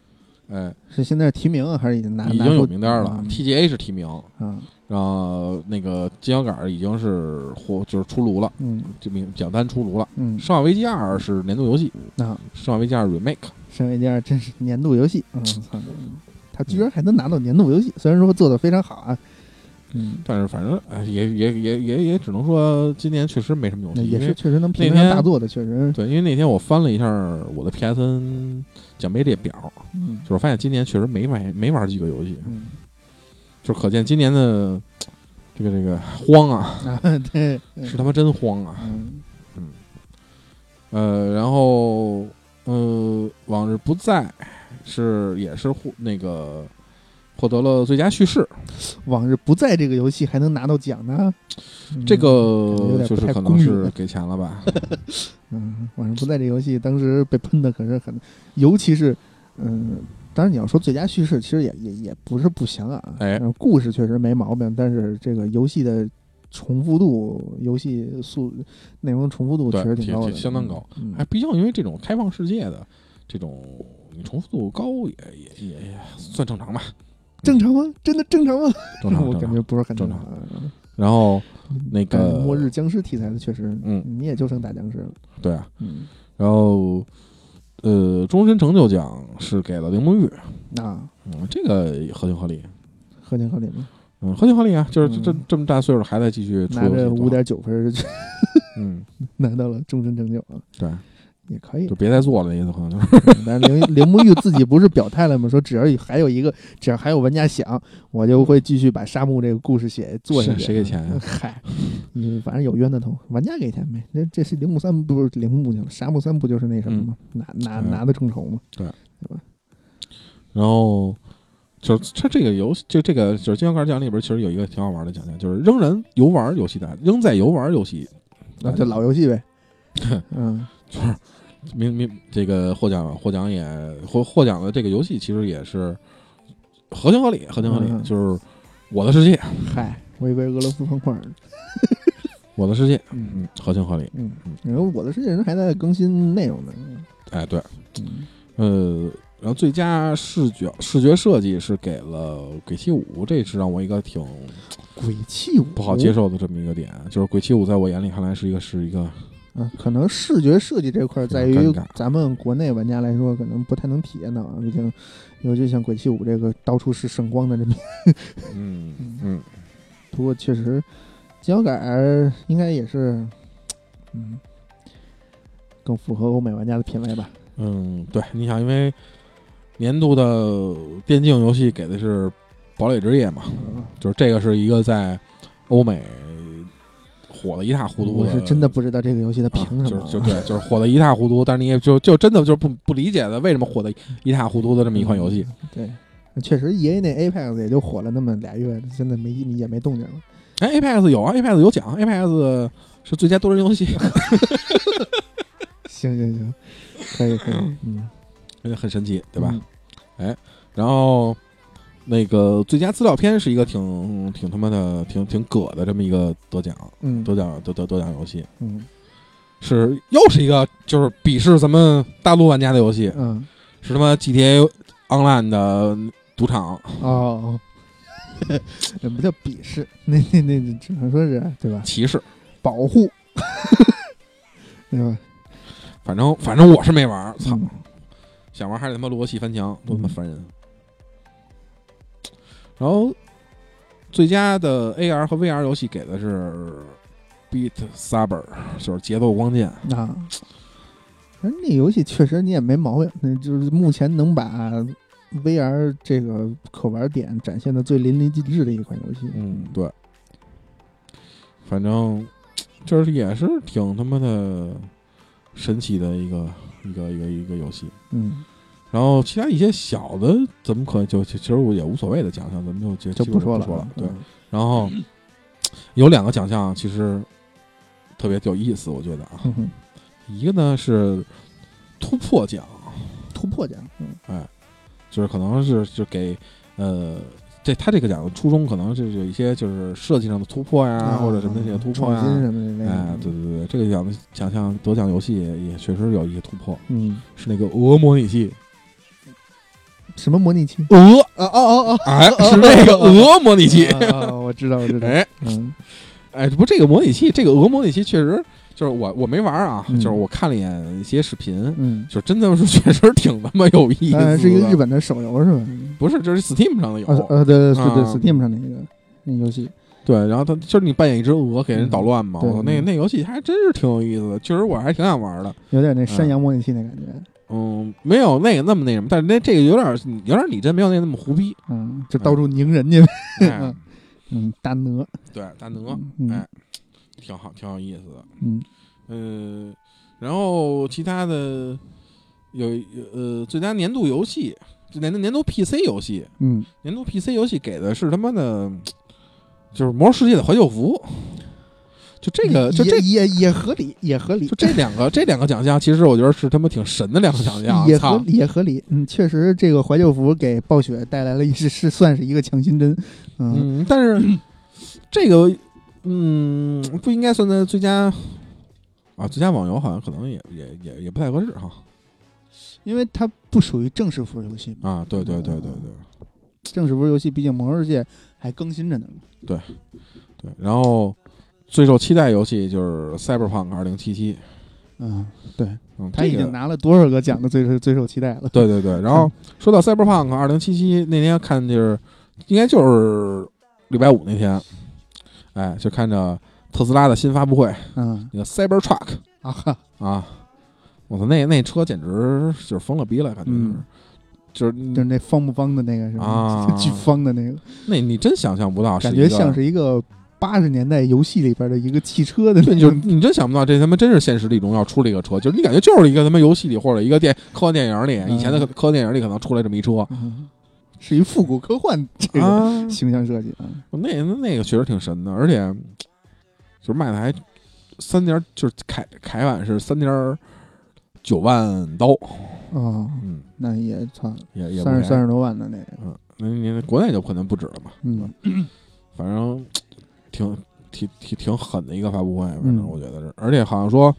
S2: 哎，
S1: 是现在是提名啊还是已经拿
S2: 已
S1: 拿
S2: 经有
S1: 出
S2: 名单了
S1: 嗯
S2: ，TGA 是提名，
S1: 啊
S2: 然后那个金摇杆儿已经是获就是出炉了，
S1: 嗯
S2: 这名奖单出炉了。
S1: 嗯
S2: 《生化危机二》是年度游戏，
S1: 那。
S2: 《生化危机二 Remake》
S1: 身为第二真是年度游戏，嗯，操，他居然还能拿到年度游戏，虽然说做的非常好啊，嗯，
S2: 但是反正哎，也也也也也只能说今年确实没什么游
S1: 那
S2: 戏，
S1: 也
S2: 嗯因
S1: 是
S2: 为
S1: 确实能评
S2: 那
S1: 上
S2: 天
S1: 大作的，确实，
S2: 对，因为那天我翻了一下我的 PSN 奖杯列表，
S1: 嗯
S2: 就是发现今年确实没玩没玩几个游戏，
S1: 嗯
S2: 就是可见今年的这个这个慌啊，
S1: 啊，对，嗯
S2: 是他妈真慌啊。
S1: 嗯
S2: 呃，然后呃，往日不在是也是获那个获得了最佳叙事，
S1: 往日不在这个游戏还能拿到奖呢，嗯
S2: 这
S1: 有
S2: 个
S1: 点
S2: 就
S1: 不
S2: 是
S1: 太
S2: 可能
S1: 公允
S2: 是
S1: 了
S2: 给钱了 吧？
S1: 嗯，往日不在这游戏当时被喷的可是很，尤其是嗯。当然，你要说最佳叙事，其实也也也不是不行啊。
S2: 哎
S1: 嗯，故事确实没毛病，但是这个游戏的重复度、游戏速内容重复度
S2: 对
S1: 确实挺高
S2: 挺
S1: 的，
S2: 挺相当高
S1: 嗯。
S2: 哎，毕竟因为这种开放世界的这种你重复度高也也也也算正常吧，
S1: 正常吗？真的正常吗？
S2: 正常
S1: 我感
S2: 正常
S1: 觉。不是很
S2: 正
S1: 常啊。
S2: 然后那
S1: 但是
S2: 个
S1: 末日僵尸题材的确实，
S2: 嗯
S1: 你也就剩打僵尸了。
S2: 对啊，
S1: 嗯，
S2: 然后呃，终身成就奖是给了铃木玉，
S1: 那
S2: 嗯，这个合情合理，
S1: 合情合理吗？
S2: 嗯，合情合理啊，就是这、
S1: 嗯
S2: 这么大岁数还在继续出
S1: 拿
S2: 游戏
S1: 着
S2: 多
S1: 五
S2: 好，
S1: 点九分儿就
S2: 嗯，
S1: 拿到了终身成就啊，
S2: 对，
S1: 也可以
S2: 就。别再做了，那意思可能就是
S1: 但是 铃铃木玉自己不是表态了吗？说只要有还有一个，只要还有玩家想，我就会继续把沙漠这个故事写做下去。嗯
S2: 谁谁给钱啊呀
S1: 嗨，你反正有冤的头，玩家给钱呗。那这是铃木三不是铃木去了，沙漠三不就是那什么吗？拿拿
S2: 嗯
S1: 拿的众筹吗？
S2: 然后就是它这个游戏，就这个就是《金刚杆奖》里边，其实有一个挺好玩的奖项，就是仍然游玩游戏的，仍在游玩游戏，
S1: 那就老游戏 呗。嗯，
S2: 就是明明这个获奖获奖也获获奖的这个游戏，其实也是合情合理，合情合理，
S1: 嗯
S2: 就是我的世界，
S1: 嗨，回归俄罗斯方块儿。
S2: 我的世界，
S1: 嗯
S2: 嗯，合情合理，
S1: 嗯，然后我的世界人还在更新内容呢。
S2: 哎，对，
S1: 嗯
S2: 呃。然后最佳视觉视觉设计是给了《鬼泣五》，这是让我一个挺
S1: 鬼泣五
S2: 不好接受的这么一个点，就是《鬼泣五》在我眼里看来是一个是一个
S1: 啊，可能视觉设计这块儿在于
S2: 尴尬
S1: 咱们国内玩家来说，可能不太能体验到啊。毕竟，尤其像《鬼泣五》这个到处是圣光的这么，
S2: 嗯嗯，
S1: 不过确实，脚杆儿应该也是，嗯，更符合欧美玩家的品味吧。
S2: 嗯，对，你想，因为年度的电竞游戏给的是《堡垒之夜》嘛，
S1: 嗯
S2: 就是这个是一个在欧美火的一塌糊涂
S1: 我
S2: 的，
S1: 是真的不知道这个游戏它
S2: 啊
S1: 凭什么
S2: 就是就
S1: 啊。
S2: 对，就是火的一塌糊涂，但是你也就就真的就是不不理解的为什么火的一塌糊涂的这么一款游戏，
S1: 对，确实爷爷那 Apex 也就火了那么俩月，真的没也没动静了。
S2: 哎，Apex 有啊，Apex 有奖，Apex 是最佳多人游戏，
S1: 行行行，可以可以， 嗯，
S2: 很神奇，对吧？
S1: 嗯？
S2: 然后那个最佳资料片是一个挺挺他妈的挺挺葛的这么一个得奖
S1: 嗯，
S2: 得奖得得得奖游戏，
S1: 嗯
S2: 是又是一个就是鄙视咱们大陆玩家的游戏，
S1: 嗯
S2: 是他妈 GTA Online 的赌场，
S1: 哦， 这不叫鄙视，那那那只能说是对吧？
S2: 歧视。
S1: 保护， 对吧？
S2: 反正反正我是没玩儿，操，
S1: 嗯
S2: 想玩儿还得他妈逻辑翻墙，多他妈烦人。啊然后最佳的 AR 和 VR 游戏给的是 Beat Saber，就是节奏光剑。
S1: 啊，反正那游戏确实你也没毛病，那就是目前能把 VR 这个可玩点展现的最淋漓尽致的一款游戏。
S2: 嗯，对，反正就是也是挺他妈的神奇的一个一个一个一个游戏。
S1: 嗯，
S2: 然后其他一些小的，咱们可就其其实我也无所谓的奖项，咱们就就
S1: 就
S2: 基
S1: 不
S2: 本
S1: 说
S2: 上
S1: 了，
S2: 不说了。对，
S1: 嗯
S2: 然后有两个奖项其实特别有意思，我觉得啊，
S1: 哼哼
S2: 一个呢是突破奖，
S1: 突破奖，嗯
S2: 就是可能是就给呃。这他这个奖的初衷可能就是有一些就是设计上的突破呀，啊或者什么那些突破呀，
S1: 啊创新什么的那
S2: 哎，
S1: 种
S2: 对对对，这个奖奖项得奖游戏也也确实有一些突破，
S1: 嗯，
S2: 是那个鹅模拟器，
S1: 什么模拟器？
S2: 鹅，
S1: 啊哦哦哦，
S2: 哎，是 那个鹅模拟器，
S1: 啊，啊我知道，我知道，
S2: 哎
S1: 嗯
S2: 哎，不，这个模拟器，这个鹅模拟器确实就是我我没玩啊，
S1: 嗯
S2: 就是我看了一眼一些视频，
S1: 嗯，
S2: 就真的是 确实挺他妈有意思
S1: 当
S2: 的，
S1: 然哎是一个日本的手游是吧？
S2: 不是，这是 Steam 上
S1: 啊
S2: 的有，
S1: 呃，对对对
S2: 啊
S1: ，Steam 上那个那游戏，
S2: 对，然后它就是你扮演一只鹅给人捣乱嘛，
S1: 嗯对
S2: 我那
S1: 嗯
S2: 那游戏还真是挺有意思的，确实我还挺想玩的。
S1: 有点那山羊模拟器那感觉，
S2: 嗯，没有那个那么那什么，但是那这个有点有点拟真，没有那那么胡逼。
S1: 嗯，就到处拧人家呗，
S2: 哎、
S1: 嗯，大鹅，
S2: 对，大鹅，
S1: 嗯
S2: 哎，挺好，挺有意思的。
S1: 嗯
S2: 嗯，然后其他的有有呃，最佳年度游戏，最年度年度 PC 游戏，
S1: 嗯，
S2: 年度 PC 游戏给的是他妈的，就是《魔兽世界》的怀旧服。就这个，就
S1: 也
S2: 这，
S1: 也也合理，也合理
S2: 就，这两个，这两个奖项，其实我觉得是他妈挺神的两个奖项。
S1: 也合
S2: 操，
S1: 理，也合理，嗯，确实这个怀旧服给暴雪带来了一是是算是一个强心针，嗯，
S2: 嗯，但是这个，嗯，不应该算在最佳啊，最佳网游好像可能也也也也不太合适哈。
S1: 因为它不属于正式服游戏嘛，
S2: 啊，对对对对对，
S1: 正式服游戏毕竟《魔兽世界》还更新着呢嘛，
S2: 对，然后最受期待游戏就是《Cyberpunk 2077》，
S1: 嗯，对
S2: 嗯，
S1: 他
S2: 这
S1: 已
S2: 个
S1: 经拿了嗯多少个奖的最受最受期待了？
S2: 对对对，然后说到 Cyberpunk 二零七七那天看就是，应该就是礼拜五那天，哎，就看着特斯拉的新发布会，
S1: 嗯
S2: 那个 Cybertruck
S1: 啊哈，
S2: 啊，我操，那那车简直就是疯了逼了，感觉
S1: 嗯
S2: 就是，
S1: 就是
S2: 就是
S1: 那方不方的那个是吧
S2: 啊？
S1: 巨方的那个，
S2: 那你真想象不到，
S1: 感觉像
S2: 啊是
S1: 是一个八十年代游戏里边的一个汽车的
S2: 一个。对，
S1: 那
S2: 就是
S1: 种。
S2: 你真想不到，这他妈真是现实里中要出了一个车，就是你感觉就是一个他妈游戏里或者一个电科幻电影里，以前的
S1: 嗯
S2: 科幻电影里可能出来这么一车
S1: 嗯是一复古科幻这个
S2: 啊，
S1: 形象设计啊，
S2: 那那那个确实挺神的，而且就是卖的还三点，就是凯凯晚是三点九万刀，
S1: 哦，
S2: 嗯，
S1: 那也操
S2: 也也不
S1: 三十
S2: 便
S1: 三
S2: 宜，
S1: 十多万的那个，
S2: 嗯，那你国内就可能不止了嘛，
S1: 嗯
S2: 反正挺挺挺挺狠的一个发布会，反正
S1: 嗯
S2: 我觉得是，而且好像说。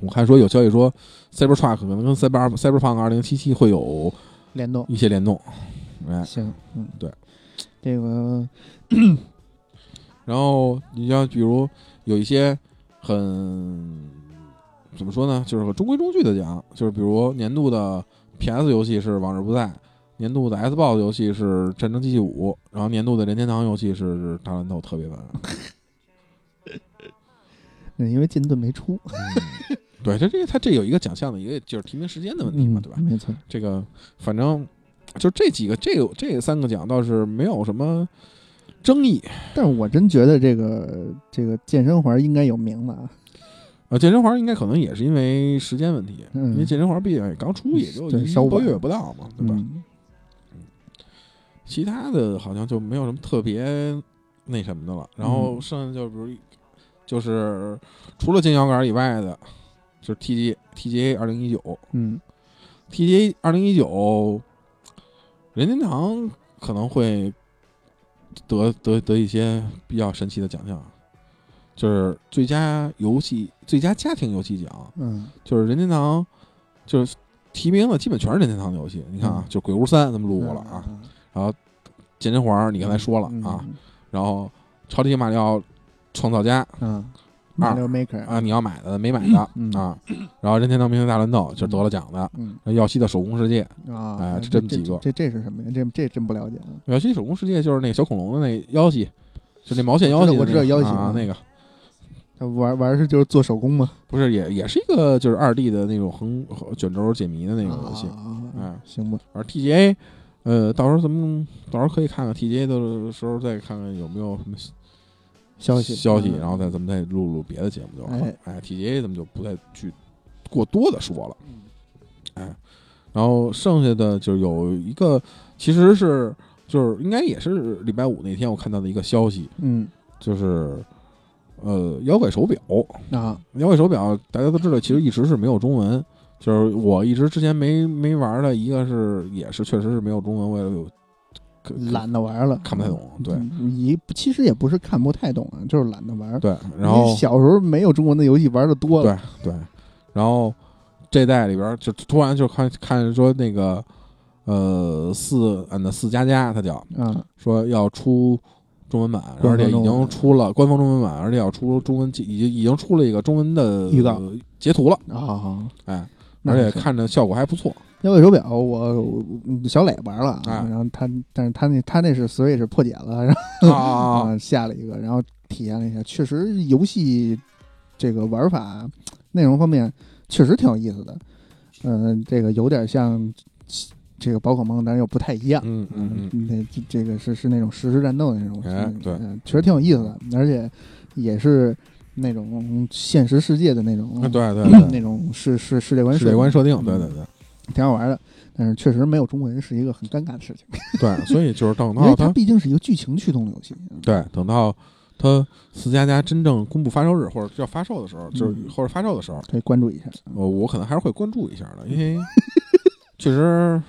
S2: 我看说有消息说，Cybertruck 可能跟 Cyber Cyberpunk 二零七七会有
S1: 联动
S2: 一些联动，哎，
S1: 行，嗯
S2: 对，
S1: 这个
S2: 然后你像比如有一些很怎么说呢，就是很中规中矩的奖，就是比如年度的 PS 游戏是《往日不再》，年度的 Xbox 游戏是《战争机器五》，然后年度的任天堂游戏是《大乱斗特别版》
S1: 嗯因为剑盾没出
S2: 嗯。 对，它这它这有一个奖项的一个就是提名时间的问题嘛，
S1: 嗯
S2: 对吧？
S1: 没错，
S2: 这个反正就这几个，这个这三个奖倒是没有什么争议。
S1: 但是我真觉得这个这个健身环应该有名了啊，
S2: 啊，健身环应该可能也是因为时间问题，
S1: 嗯
S2: 因为健身环毕竟也刚出，也就
S1: 对
S2: 一
S1: 稍
S2: 个多
S1: 晚
S2: 月不到嘛，对吧？
S1: 嗯
S2: 其他的好像就没有什么特别那什么的了。然后
S1: 嗯
S2: 剩下就比如，就是除了金摇杆以外的，就是 TG TGA 二零一九
S1: 嗯
S2: TGA 二零一九，任天堂可能会得得得一些比较神奇的奖项，就是最佳游戏、最佳家庭游戏奖。
S1: 嗯
S2: 就是任天堂，就是提名的基本全是任天堂的游戏。你看啊
S1: 嗯，
S2: 就《鬼屋三》咱们录过了啊，，健身环》你刚才说
S1: 嗯
S2: 了啊，然后《超级马里奥创造家
S1: 嗯啊，马六 maker
S2: 啊，你要买的没买的、
S1: 嗯
S2: 啊，然后《任天堂明星大乱斗》就是得了奖的，
S1: 嗯
S2: 耀西的手工世界》，
S1: 啊，
S2: 哎
S1: 这
S2: 这么几个
S1: 这这是什么呀？这这真不了解啊，
S2: 耀西手工世界就是那个小恐龙的那妖西，就那毛线妖西、
S1: 我知道我知道妖
S2: 妖
S1: 姬
S2: 啊
S1: 嗯
S2: 那个。
S1: 他玩玩是就是做手工吗？
S2: 不是，也也是一个就是二 D 的那种横卷轴解谜的那
S1: 那
S2: 个游戏，哎
S1: 啊行吧，
S2: 而 TGA，呃，到时候咱们到时候可以看看 TGA 的时候再看看有没有什么
S1: 消息
S2: 消息，
S1: 嗯
S2: 然后再咱们再录录别的节目就好了
S1: 哎。
S2: 哎，TGA 咱们就不再去过多的说了
S1: 嗯。
S2: 哎，然后剩下的就有一个，其实是就是应该也是礼拜五那天我看到的一个消息，
S1: 嗯
S2: 就是呃，摇摆手表，
S1: 啊
S2: 摇摆手表大家都知道，其实一直是没有中文。就是我一直之前没没玩的，一个是也是确实是没有中文，我也有可
S1: 懒得玩了，
S2: 看不太懂，对
S1: 嗯，也不其实也不是看不太懂啊，就是懒得玩。
S2: 对，然后
S1: 因为小时候没有中国的游戏玩的多了，
S2: 对对，然后这代里边儿就突然就看看说那个呃四嗯那四加加，它叫
S1: 啊，
S2: 说要出中文版，
S1: 官
S2: 而且
S1: 方
S2: 已
S1: 中
S2: 经
S1: 文
S2: 出了官方中文版，而且要出中文，已经已经出了一个中文的
S1: 预告
S2: 呃截图了，
S1: 啊，
S2: 哎，
S1: 那
S2: 而且
S1: 是
S2: 看着效果还不错，
S1: 摇摆手表，我我我小磊玩了啊，
S2: 哎
S1: 然后他，但是他那他那是 Switch 破解了，然后
S2: 啊啊啊
S1: 啊下了一个，然后体验了一下，确实游戏这个玩法内容方面确实挺有意思的，嗯、这个有点像这个宝可梦，但是又不太一样。
S2: 嗯嗯嗯，
S1: 那这这个是是那种实时战斗的那种，
S2: 哎
S1: 嗯
S2: 对
S1: 嗯确实挺有意思的，而且也是那种现实世界的那种
S2: 啊，对对
S1: 那
S2: 对，
S1: 种世世世界观
S2: 世界观设定，对
S1: 嗯
S2: 对对
S1: 挺好玩的，但是确实没有中文是一个很尴尬的事
S2: 啊
S1: 情，
S2: 对，所以就是等
S1: 因为
S2: 到
S1: 它
S2: 它
S1: 毕竟是一个剧情驱动的游戏。
S2: 对，等到它四加加真正公布发售日或者要发售的时候，就是
S1: 嗯
S2: 或者发售的时候，
S1: 可以关注一下，
S2: 我我可能还是会关注一下的，因为确实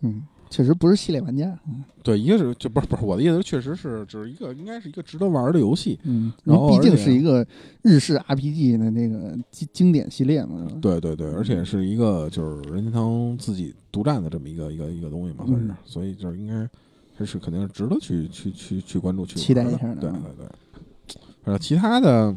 S1: 嗯，确实不是系列玩家，嗯
S2: 对，一个是就不是不是我的意思，是确实是就是一个应该是一个值得玩的游戏。
S1: 嗯，
S2: 然
S1: 因
S2: 后
S1: 为毕竟
S2: 而且
S1: 是一个日式 RPG 的那个经经典系列嘛，是吧
S2: 对对对，而且是一个就是任天堂自己独占的这么一个一个一个东西嘛，
S1: 嗯
S2: 算是，所以就是应该还是肯定是值得去去去去关注去玩的
S1: 期待一下的
S2: 对
S1: 啊
S2: 对对，呃，其他的，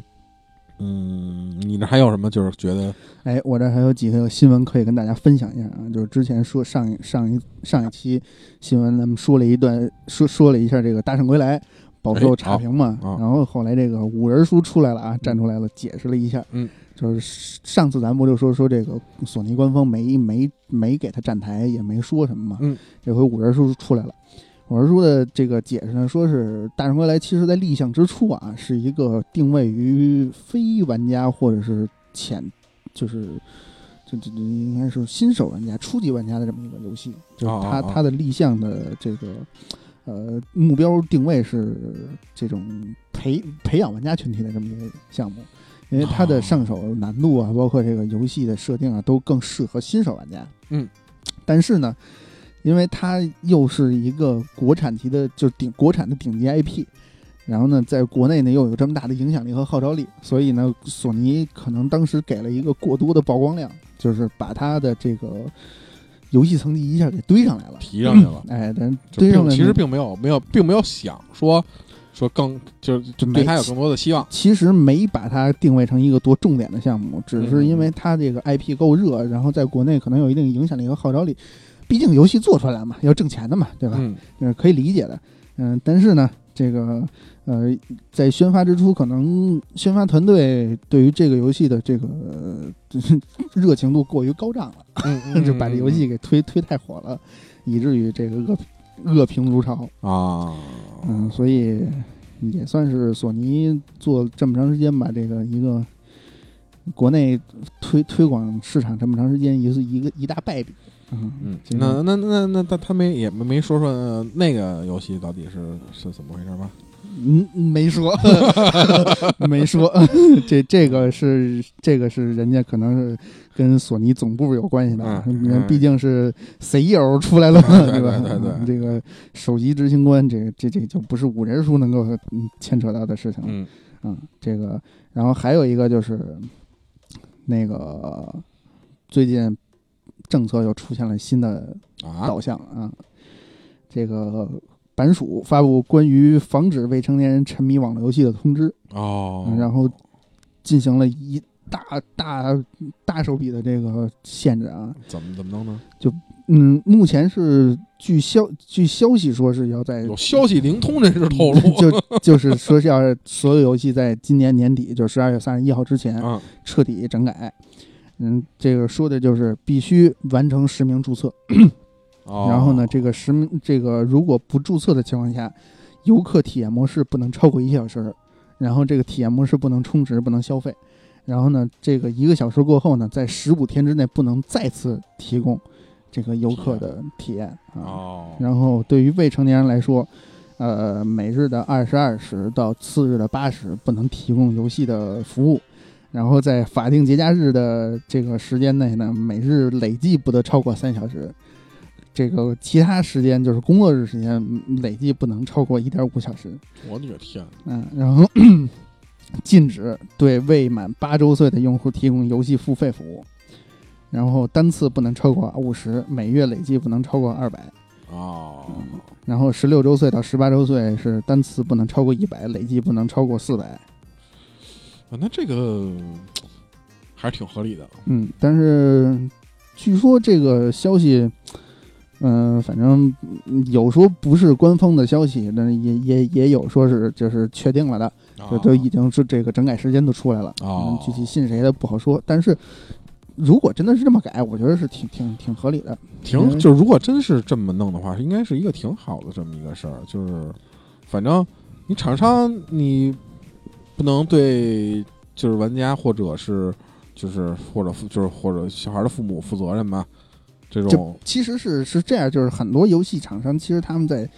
S2: 嗯，你那还有什么？就是觉得
S1: 哎，我这还有几个新闻可以跟大家分享一下啊，就是之前说上一上一上一期新闻，咱们说了一段，说说了一下这个《大圣归来》饱受差评嘛，
S2: 哎好啊
S1: 然后后来这个五人书出来了啊，站出来了，解释了一下，
S2: 嗯，
S1: 就是上次咱不就说说这个索尼官方没没没给他站台，也没说什么嘛，
S2: 嗯，
S1: 这回五人书出来了。五人书的这个解释呢，说是《大圣归来》其实在立项之初啊，是一个定位于非玩家或者是浅就是这这这应该是新手玩家、初级玩家的这么一个游戏，就是
S2: 啊
S1: 它
S2: 啊啊
S1: 它的立项的这个呃目标定位是这种培培养玩家群体的这么一个项目，因为它的
S2: 哦
S1: 上手难度啊，包括这个游戏的设定啊，都更适合新手玩家。
S2: 嗯，
S1: 但是呢。因为它又是一个国产级的，就是顶国产的顶级 IP，然后呢，在国内呢又有这么大的影响力和号召力，所以呢，索尼可能当时给了一个过多的曝光量，就是把它的这个游戏层级一下给堆上来了。
S2: 提上去 了，
S1: 哎，但是
S2: 就
S1: 堆上
S2: 并
S1: 来呢
S2: 嗯其实并没有没有并没有想说说更就是就
S1: 没
S2: 对他有
S1: 起
S2: 更多的希望。
S1: 其实没把它定位成一个多重点的项目，只是因为它这个 IP 够热，然后在国内可能有一定影响力和号召力。毕竟游戏做出来了嘛，要挣钱的嘛，对吧？
S2: 嗯，
S1: 嗯，可以理解的。嗯、但是呢，这个呃，在宣发之初，可能宣发团队对于这个游戏的这个、呃 就是热情度过于高涨了，
S2: 嗯嗯
S1: 就把这游戏给推推太火了，以至于这个恶恶评如潮。
S2: 啊，
S1: 嗯，所以也算是索尼做这么长时间吧，这个一个。国内推推广市场这么长时间，也是一个一大败笔。嗯
S2: 嗯，
S1: 这个
S2: 那那那那他他没也没没说说呃那个游戏到底是是怎么回事吧？
S1: 嗯，没说， 没说， 这这个是这个是人家可能是跟索尼总部有关系的啊，
S2: 嗯
S1: 因为
S2: 嗯
S1: 毕竟是 CEO 出来了嘛，
S2: 对
S1: 吧？
S2: 对对对
S1: 这个首席执行官，这个这这就不是五人书能够嗯牵扯到的事情了。
S2: 嗯，
S1: 嗯，这个，然后还有一个就是那个最近政策又出现了新的
S2: 啊，
S1: 导向啊。这个版署发布关于防止未成年人沉迷网络游戏的通知，
S2: 哦，
S1: 然后进行了一大大大手笔的这个限制啊。
S2: 怎么怎么弄呢？
S1: 嗯，目前是据消据消息说是要在
S2: 有消息灵通人士透露，
S1: 就就是说是要所有游戏在今年年底，就是十二月三十一号之前
S2: 啊，
S1: 彻底整改。嗯，这个说的就是必须完成实名注册，然
S2: 然
S1: 后呢，这个实名这个如果不注册的情况下，游客体验模式不能超过一小时，然后这个体验模式不能充值，不能消费。然后呢，这个一个小时过后呢，在十五天之内不能再次提供这个游客的体验啊。
S2: 哦，
S1: 然后对于未成年人来说，呃，每日的二十二时到次日的八时不能提供游戏的服务。然后在法定节假日的这个时间内呢，每日累计不得超过三小时。这个其他时间就是工作日时间，嗯累计不能超过一点五小时。
S2: 我的个天，啊
S1: 嗯，然后 禁止对未满八周岁的用户提供游戏付费服务，然后单次不能超过五十，每月累计不能超过二百。
S2: 哦，
S1: 然后十六周岁到十八周岁是单次不能超过一百，累计不能超过四百。
S2: 啊那这个还是挺合理的。
S1: 嗯，但是据说这个消息，嗯、反正嗯有说不是官方的消息，但是也也也有说是就是确定了的，
S2: 啊
S1: 就都已经是这个整改时间都出来了。
S2: 哦
S1: 嗯具体信谁的不好说，但是。如果真的是这么改，我觉得是挺挺挺合理的。
S2: 挺，
S1: 嗯
S2: 就是如果真是这么弄的话，应该是一个挺好的这么一个事儿。就是反正你厂商你不能对就是玩家或者是就是或者父就是或者小孩的父母负责任吧，这种
S1: 其实是是这样，就是很多游戏厂商其实他们在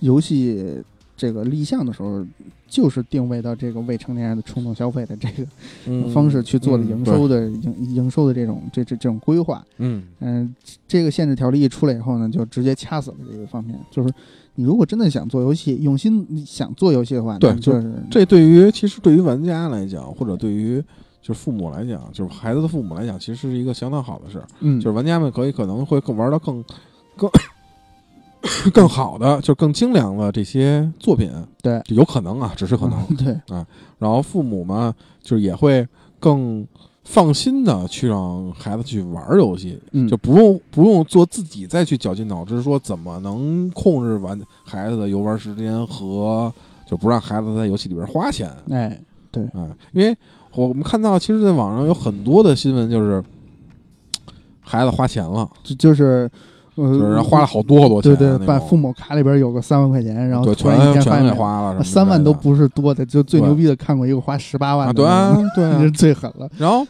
S1: 游戏这个立项的时候，就是定位到这个未成年人的冲动消费的这个
S2: 嗯
S1: 方式去做的
S2: 嗯
S1: 营
S2: 对
S1: 收的营、营收的这种这这这种规划。
S2: 嗯
S1: 嗯、这个限制条例一出来以后呢，就直接掐死了这个方面。就是你如果真的想做游戏，用心想做游戏的话，
S2: 对
S1: 那就是
S2: 这对于其实对于玩家来讲，或者对于就是父母来讲，就是孩子的父母来讲，其实是一个相当好的事儿。
S1: 嗯
S2: 就是玩家们可以可能会更玩到更更更好的，就更精良的这些作品，
S1: 对
S2: 就有可能啊，只是可能。
S1: 对，
S2: 然后父母嘛，就是也会更放心的去让孩子去玩儿游戏，
S1: 嗯
S2: 就不用不用做自己再去绞尽脑汁说怎么能控制完孩子的游玩时间和就不让孩子在游戏里边花钱
S1: 哎，
S2: 啊，因为我们看到，其实在网上有很多的新闻，就是孩子花钱了，
S1: 就就是呃，
S2: 就是花了好多好多钱啊
S1: 对
S2: 那
S1: 对，
S2: 种，
S1: 把父母卡里边有个三万块钱，然后
S2: 对
S1: 突然一
S2: 全
S1: 天发
S2: 全给
S1: 现
S2: 花啊了什么之类的，
S1: 三万都不是多的，就最
S2: 对
S1: 牛逼的看过一个花十八万
S2: 啊，
S1: 的，
S2: 对啊，对啊
S1: 那是最狠了。
S2: 然后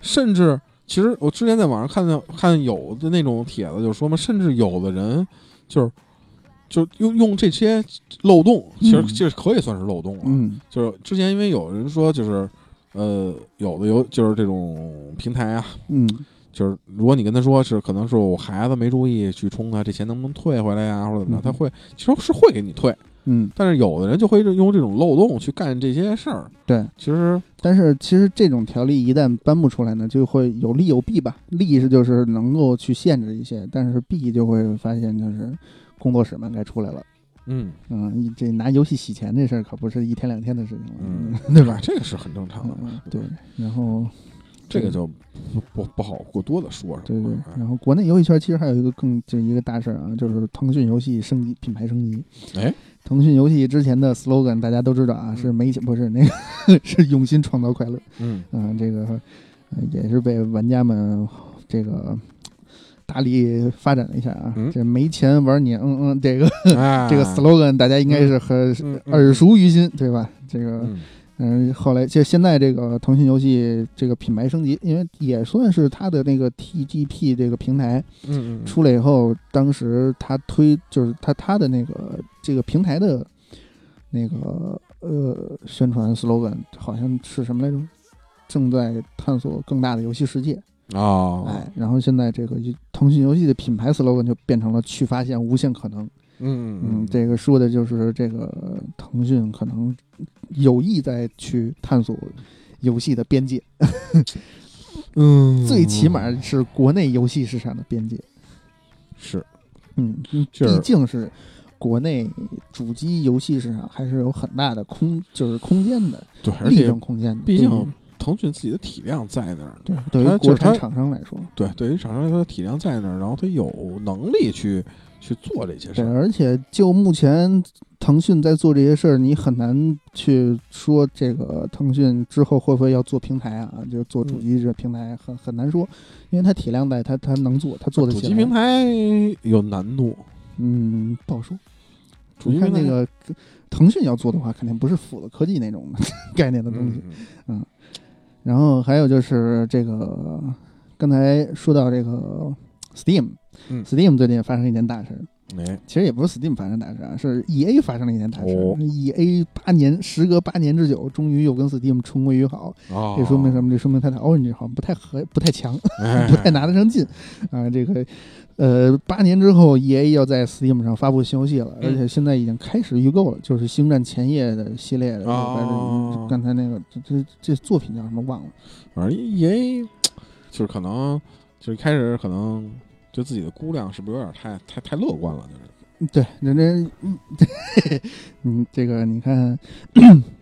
S2: 甚至其实我之前在网上看到看有的那种帖子就说嘛，甚至有的人就是。就用用这些漏洞，其实
S1: 嗯
S2: 这可以算是漏洞了。
S1: 嗯
S2: 就是之前因为有人说，就是呃，有的有就是这种平台啊，
S1: 嗯
S2: 就是如果你跟他说是可能是我孩子没注意去充啊，这钱能不能退回来呀、或者怎么
S1: 嗯
S2: 样，他会其实是会给你退，
S1: 嗯，
S2: 但是有的人就会用这种漏洞去干这些事儿。
S1: 对，
S2: 其实
S1: 但是其实这种条例一旦颁布出来呢，就会有利有弊吧。利是就是能够去限制一些，但是弊就会发现就是工作室们该出来了。
S2: 嗯
S1: 嗯，你这拿游戏洗钱这事儿可不是一天两天的事情了，
S2: 嗯，
S1: 对吧？
S2: 这个是很正常的。
S1: 嗯， 对，然后
S2: 这个就不不不好过多的说什
S1: 对
S2: 么
S1: 对
S2: 了。，
S1: 然后国内游戏圈其实还有一个更就是一个大事儿啊，就是腾讯游戏升级品牌升级。
S2: 哎，
S1: 腾讯游戏之前的 slogan 大家都知道啊，
S2: 嗯
S1: 是没钱不是那个 是用心创造快乐
S2: 嗯
S1: 啊、这个、呃也是被玩家们这个大力发展了一下啊。
S2: 嗯
S1: 这没钱玩你嗯嗯，这个、
S2: 哎
S1: 这个 slogan 大家应该是很
S2: 嗯嗯
S1: 耳熟于心，对吧？这个。
S2: 嗯
S1: 嗯，后来就现在这个腾讯游戏这个品牌升级，因为也算是它的那个 TGP 这个平台
S2: 嗯嗯
S1: 出来以后，当时它推就是它它的那个这个平台的那个呃宣传 slogan 好像是什么来着？正在探索更大的游戏世界，
S2: 哦，
S1: 哎，然后现在这个腾讯游戏的品牌 slogan 就变成了“去发现无限可能”。
S2: 嗯
S1: 嗯，这个说的就是这个腾讯可能有意在去探索游戏的边界，
S2: 嗯
S1: 最起码是国内游戏市场的边界。
S2: 是
S1: 嗯，
S2: 就是
S1: 毕竟是国内主机游戏市场还是有很大的空，就是空间的
S2: 对，而
S1: 利
S2: 且
S1: 润空间的。
S2: 毕
S1: 对于
S2: 竟腾讯自己的体量在那儿，
S1: 对对
S2: 它
S1: 于
S2: 就
S1: 国
S2: 是它
S1: 产厂商来说，
S2: 对，对于厂商来说体量在那儿，然后他有能力去去做这些事
S1: 对，
S2: 儿。
S1: 而且就目前腾讯在做这些事儿，你很难去说这个腾讯之后会不会要做平台啊，就是做
S2: 嗯
S1: 主机这平台很很难说，因为它体量在，它它能做，它做得
S2: 主
S1: 起
S2: 机
S1: 来。
S2: 平台有难度，
S1: 嗯，不好说。
S2: 主
S1: 你
S2: 机
S1: 看
S2: 平
S1: 那
S2: 台
S1: 个腾讯要做的话，肯定不是辅的科技那种 概念的东西。
S2: 嗯嗯
S1: 然后还有就是这个，刚才说到这个 Steam，Steam、
S2: 嗯
S1: Steam 最近发生一件大事，
S2: 嗯哎，
S1: 其实也不是 Steam 发生大事啊，是 EA 发生了一件大事。
S2: 哦
S1: EA 八年，时隔八年之久，终于又跟 Steam 重归于好。
S2: 哦，
S1: 这说明什么？这说明它的 Orange 好像不太合，不太强，
S2: 哎？
S1: 不太拿得上劲啊、这个，呃，八年之后，EA 要在 Steam 上发布新游戏了，
S2: 嗯
S1: 而且现在已经开始预购了，就是《星战前夜》的系列的。
S2: 哦
S1: 刚才那个这这这作品叫什么忘了？
S2: 反正 EA 就是可能就是一开始可能对自己的估量是不是有点太太太乐观了？就是
S1: 对，人家，嗯， 嗯，这个你看，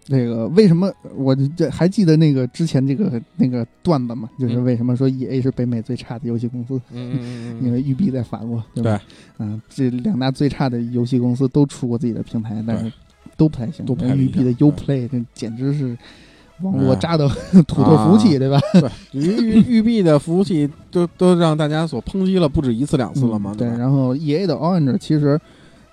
S1: 这个为什么我这还记得那个之前这个那个段子嘛？就是
S2: 嗯
S1: 为什么说 E A 是北美最差的游戏公司？
S2: 嗯
S1: 因为育碧在法国，对吧？嗯、这两大最差的游戏公司都出过自己的平台，但是都不太行。
S2: 都不太理
S1: 育碧的
S2: 想嗯
S1: U Play 这简直是网络
S2: 哎
S1: 扎的 土豆
S2: 啊
S1: 服务器，对吧？
S2: 对，育育碧的服务器都都让大家所抨击了不止一次两次了嘛？
S1: 嗯对，
S2: 对吧，
S1: 然后 E A 的 Orange 其实，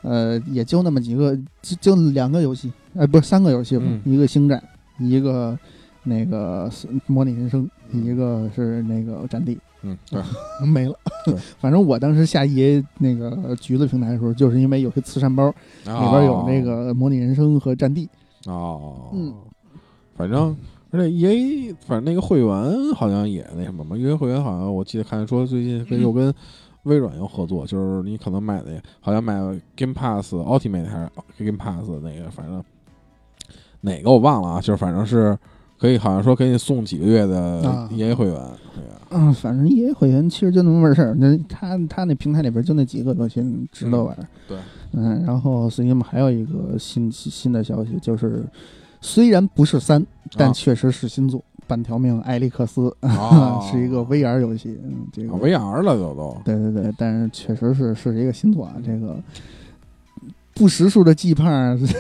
S1: 呃，也就那么几个，就就两个游戏，哎、不是三个游戏吧，
S2: 嗯
S1: 一个星战，一个那个是模拟人生，
S2: 嗯
S1: 一个是那个战地，
S2: 嗯，对，
S1: 没了
S2: 对。
S1: 反正我当时下 E A 那个橘子平台的时候，就是因为有些慈善包里
S2: 里
S1: 边有那个模拟人生和战地，
S2: 哦，
S1: 嗯，
S2: 反正。而且 E A 反正那个会员好像也那什么嘛，因为会员好像我记得看说最近
S1: 嗯
S2: 跟又跟微软又合作，就是你可能买的好像买 Game Pass Ultimate 还是 Game Pass 那个，反正哪个我忘了啊，就是反正是可以好像说给你送几个月的
S1: 啊
S2: EA 会员，哎呀
S1: 嗯，反正 EA 会员其实就那么回事儿，那他他那平台里边就那几个游戏值得玩。
S2: 对，
S1: 嗯，然后 Steam 还有一个新新的消息，就是虽然不是三，但
S2: 啊
S1: 确实是新作，半条命艾利克斯》
S2: 啊
S1: 是一个 VR 游戏，嗯，这个、
S2: 啊 VR 了都都，
S1: 对对对，但是确实是是一个新作啊，这个不识数的季胖，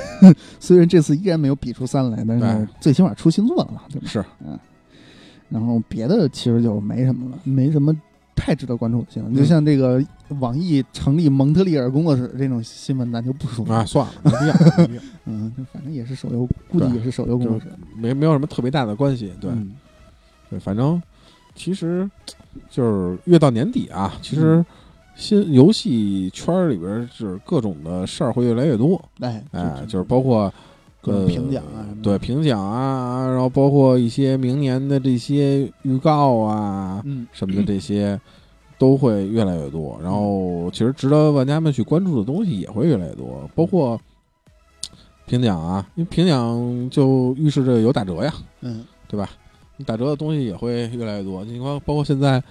S1: 虽然这次依然没有比出三来，但
S2: 哎
S1: 是最起码出新作了嘛，对吧？
S2: 是，
S1: 嗯。然后别的其实就没什么了，没什么太值得关注的新闻。
S2: 嗯
S1: 就像这个网易成立蒙特利尔工作室这种新闻，咱就不说了。
S2: 哎，算了，没必要，没必要
S1: 嗯，反正也是手游，估计
S2: 对
S1: 也是手游工作室。
S2: 没没有什么特别大的关系，对
S1: 嗯
S2: 对，反正其实就是越到年底啊，其实
S1: 嗯
S2: 新游戏圈里边儿就是各种的事儿会越来越多，
S1: 哎，
S2: 哎，就是包括
S1: 各种
S2: 呃
S1: 评奖啊什么的
S2: 对评奖啊，然后包括一些明年的这些预告啊
S1: 嗯
S2: 什么的这些。都会越来越多，然后其实值得玩家们去关注的东西也会越来越多，包括评奖啊，因为评奖就预示着有打折呀，
S1: 嗯
S2: 对吧？你打折的东西也会越来越多。你看，包括现在，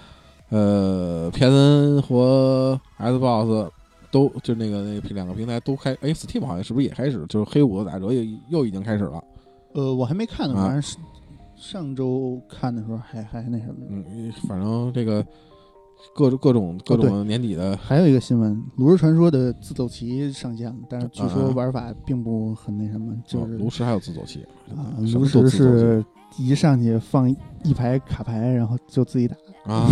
S2: 呃，PSN 和 Xbox 都就那个那个两个平台都开，哎，Steam 好像是不是也开始？就是黑五的打折又又已经开始了。
S1: 呃，我还没看呢，
S2: 啊
S1: 反正是上周看的时候还还那什么呢。
S2: 嗯，反正这个各种各种
S1: 哦
S2: 各种年底的，
S1: 还有一个新闻，《炉石传说》的自走棋上线了，但是据
S2: 啊
S1: 说玩法并不很那什么，就
S2: 哦
S1: 是
S2: 炉石还有自走 棋
S1: 啊，
S2: 什
S1: 炉
S2: 么都
S1: 石
S2: 自走棋
S1: 是一上去放一排卡牌，然后就自己打，
S2: 啊，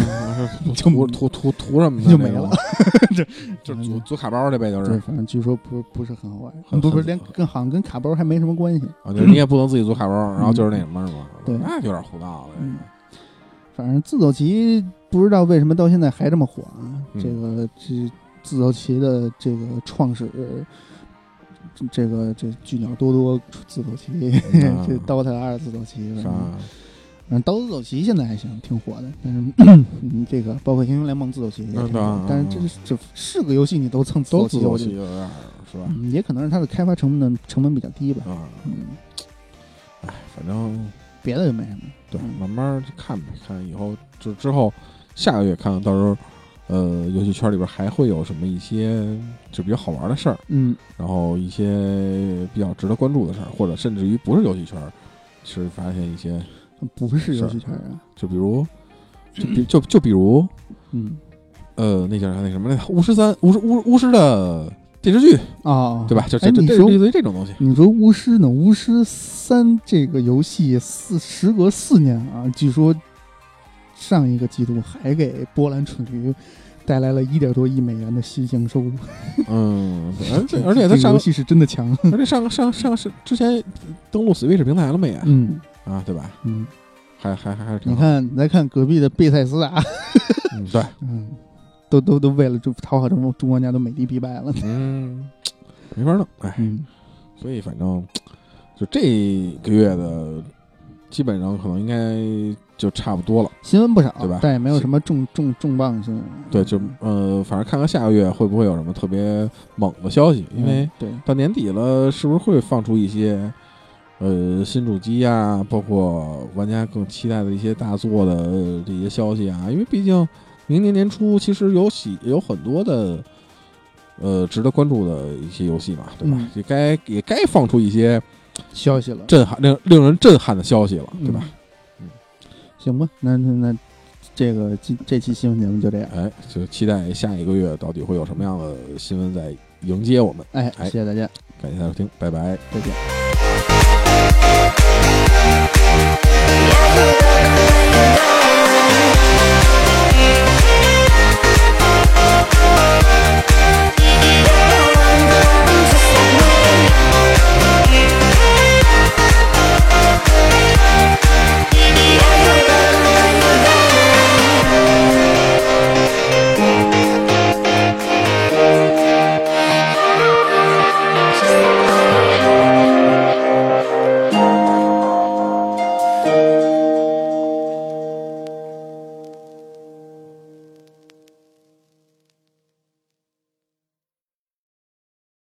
S2: 就涂涂涂涂什么的
S1: 就
S2: 那
S1: 没
S2: 种
S1: 了， 嗯
S2: 就是组组卡包的呗，就
S1: 对，
S2: 是
S1: 反正据说不不是很好玩，
S2: 很
S1: 不不
S2: 很
S1: 是连跟好像跟卡包还没什么关系，
S2: 啊，就是你也不能自己组卡包，然后就是那什么什么，
S1: 嗯对
S2: 那有点胡闹了。
S1: 嗯反正自走棋不知道为什么到现在还这么火啊！
S2: 嗯
S1: 这个这自走棋的这个创始，这这个这巨鸟多多自走棋，
S2: 嗯啊
S1: 这 DOTA 二自走棋，反
S2: 啥
S1: 正反嗯正刀子走棋现在还行，挺火的。但是嗯这个包括英雄联盟自走棋也挺火的，
S2: 嗯
S1: 但是这是这是个游戏你都蹭自
S2: 都
S1: 走
S2: 自
S1: 棋，
S2: 走
S1: 我
S2: 棋
S1: 觉
S2: 有
S1: 得
S2: 点儿是吧？
S1: 嗯也可能是它的开发成本成本比较低吧。
S2: 啊，
S1: 嗯，
S2: 哎，反正
S1: 别的就没什么。
S2: 对，
S1: 嗯
S2: 慢慢儿看呗，看以后就之后下个月看看到时候，呃，游戏圈里边还会有什么一些就比较好玩的事儿，
S1: 嗯，
S2: 然后一些比较值得关注的事儿，或者甚至于不是游戏圈儿，其实发现一些，
S1: 不是游戏圈啊。
S2: 就比如，就比就就比如，
S1: 嗯，
S2: 呃，那叫啥那什么来着，巫师三，巫师巫巫师的电视剧，
S1: 哦，
S2: 对吧？就
S1: 哎
S2: 这这
S1: 你
S2: 这
S1: 说
S2: 这这种东西，
S1: 你说巫师呢？巫师三这个游戏四时隔四年啊，据说上一个季度还给波兰蠢驴带来了一点多亿美元的新营收入。
S2: 嗯，而且而且
S1: 这
S2: 它
S1: 个
S2: 上
S1: 游戏是真的强。
S2: 而且上上上市之前登录 Switch 平台了没呀？
S1: 嗯
S2: 啊，对吧？
S1: 嗯，
S2: 还还还还是挺
S1: 你
S2: 好。
S1: 看来看隔壁的贝塞斯达，
S2: 嗯，对，
S1: 嗯，都都都为了就讨好中国中国玩家都美的必败了。
S2: 嗯，没法弄，哎，
S1: 嗯
S2: 所以反正就这个月的，基本上可能应该就差不多了。
S1: 新闻不少，
S2: 对吧
S1: 但也没有什么重重重磅的新闻。嗯
S2: 对，就呃，反正看看下个月会不会有什么特别猛的消息，因为
S1: 嗯对，
S2: 到年底了，是不是会放出一些呃新主机啊，包括玩家更期待的一些大作的呃这些消息啊？因为毕竟明年年初其实有喜有很多的呃值得关注的一些游戏嘛，对吧？
S1: 嗯
S2: 也该也该放出一些
S1: 消息了，
S2: 震撼令令人震撼的消息了，对吧？
S1: 嗯
S2: 嗯？
S1: 行吧，那那那这个今这期新闻节目就这样。
S2: 哎，就期待下一个月到底会有什么样的新闻在迎接我们。
S1: 哎，
S2: 哎
S1: 谢谢大家，
S2: 感谢大家收听，拜拜。
S1: 再见。
S3: Yeah, you got the way you got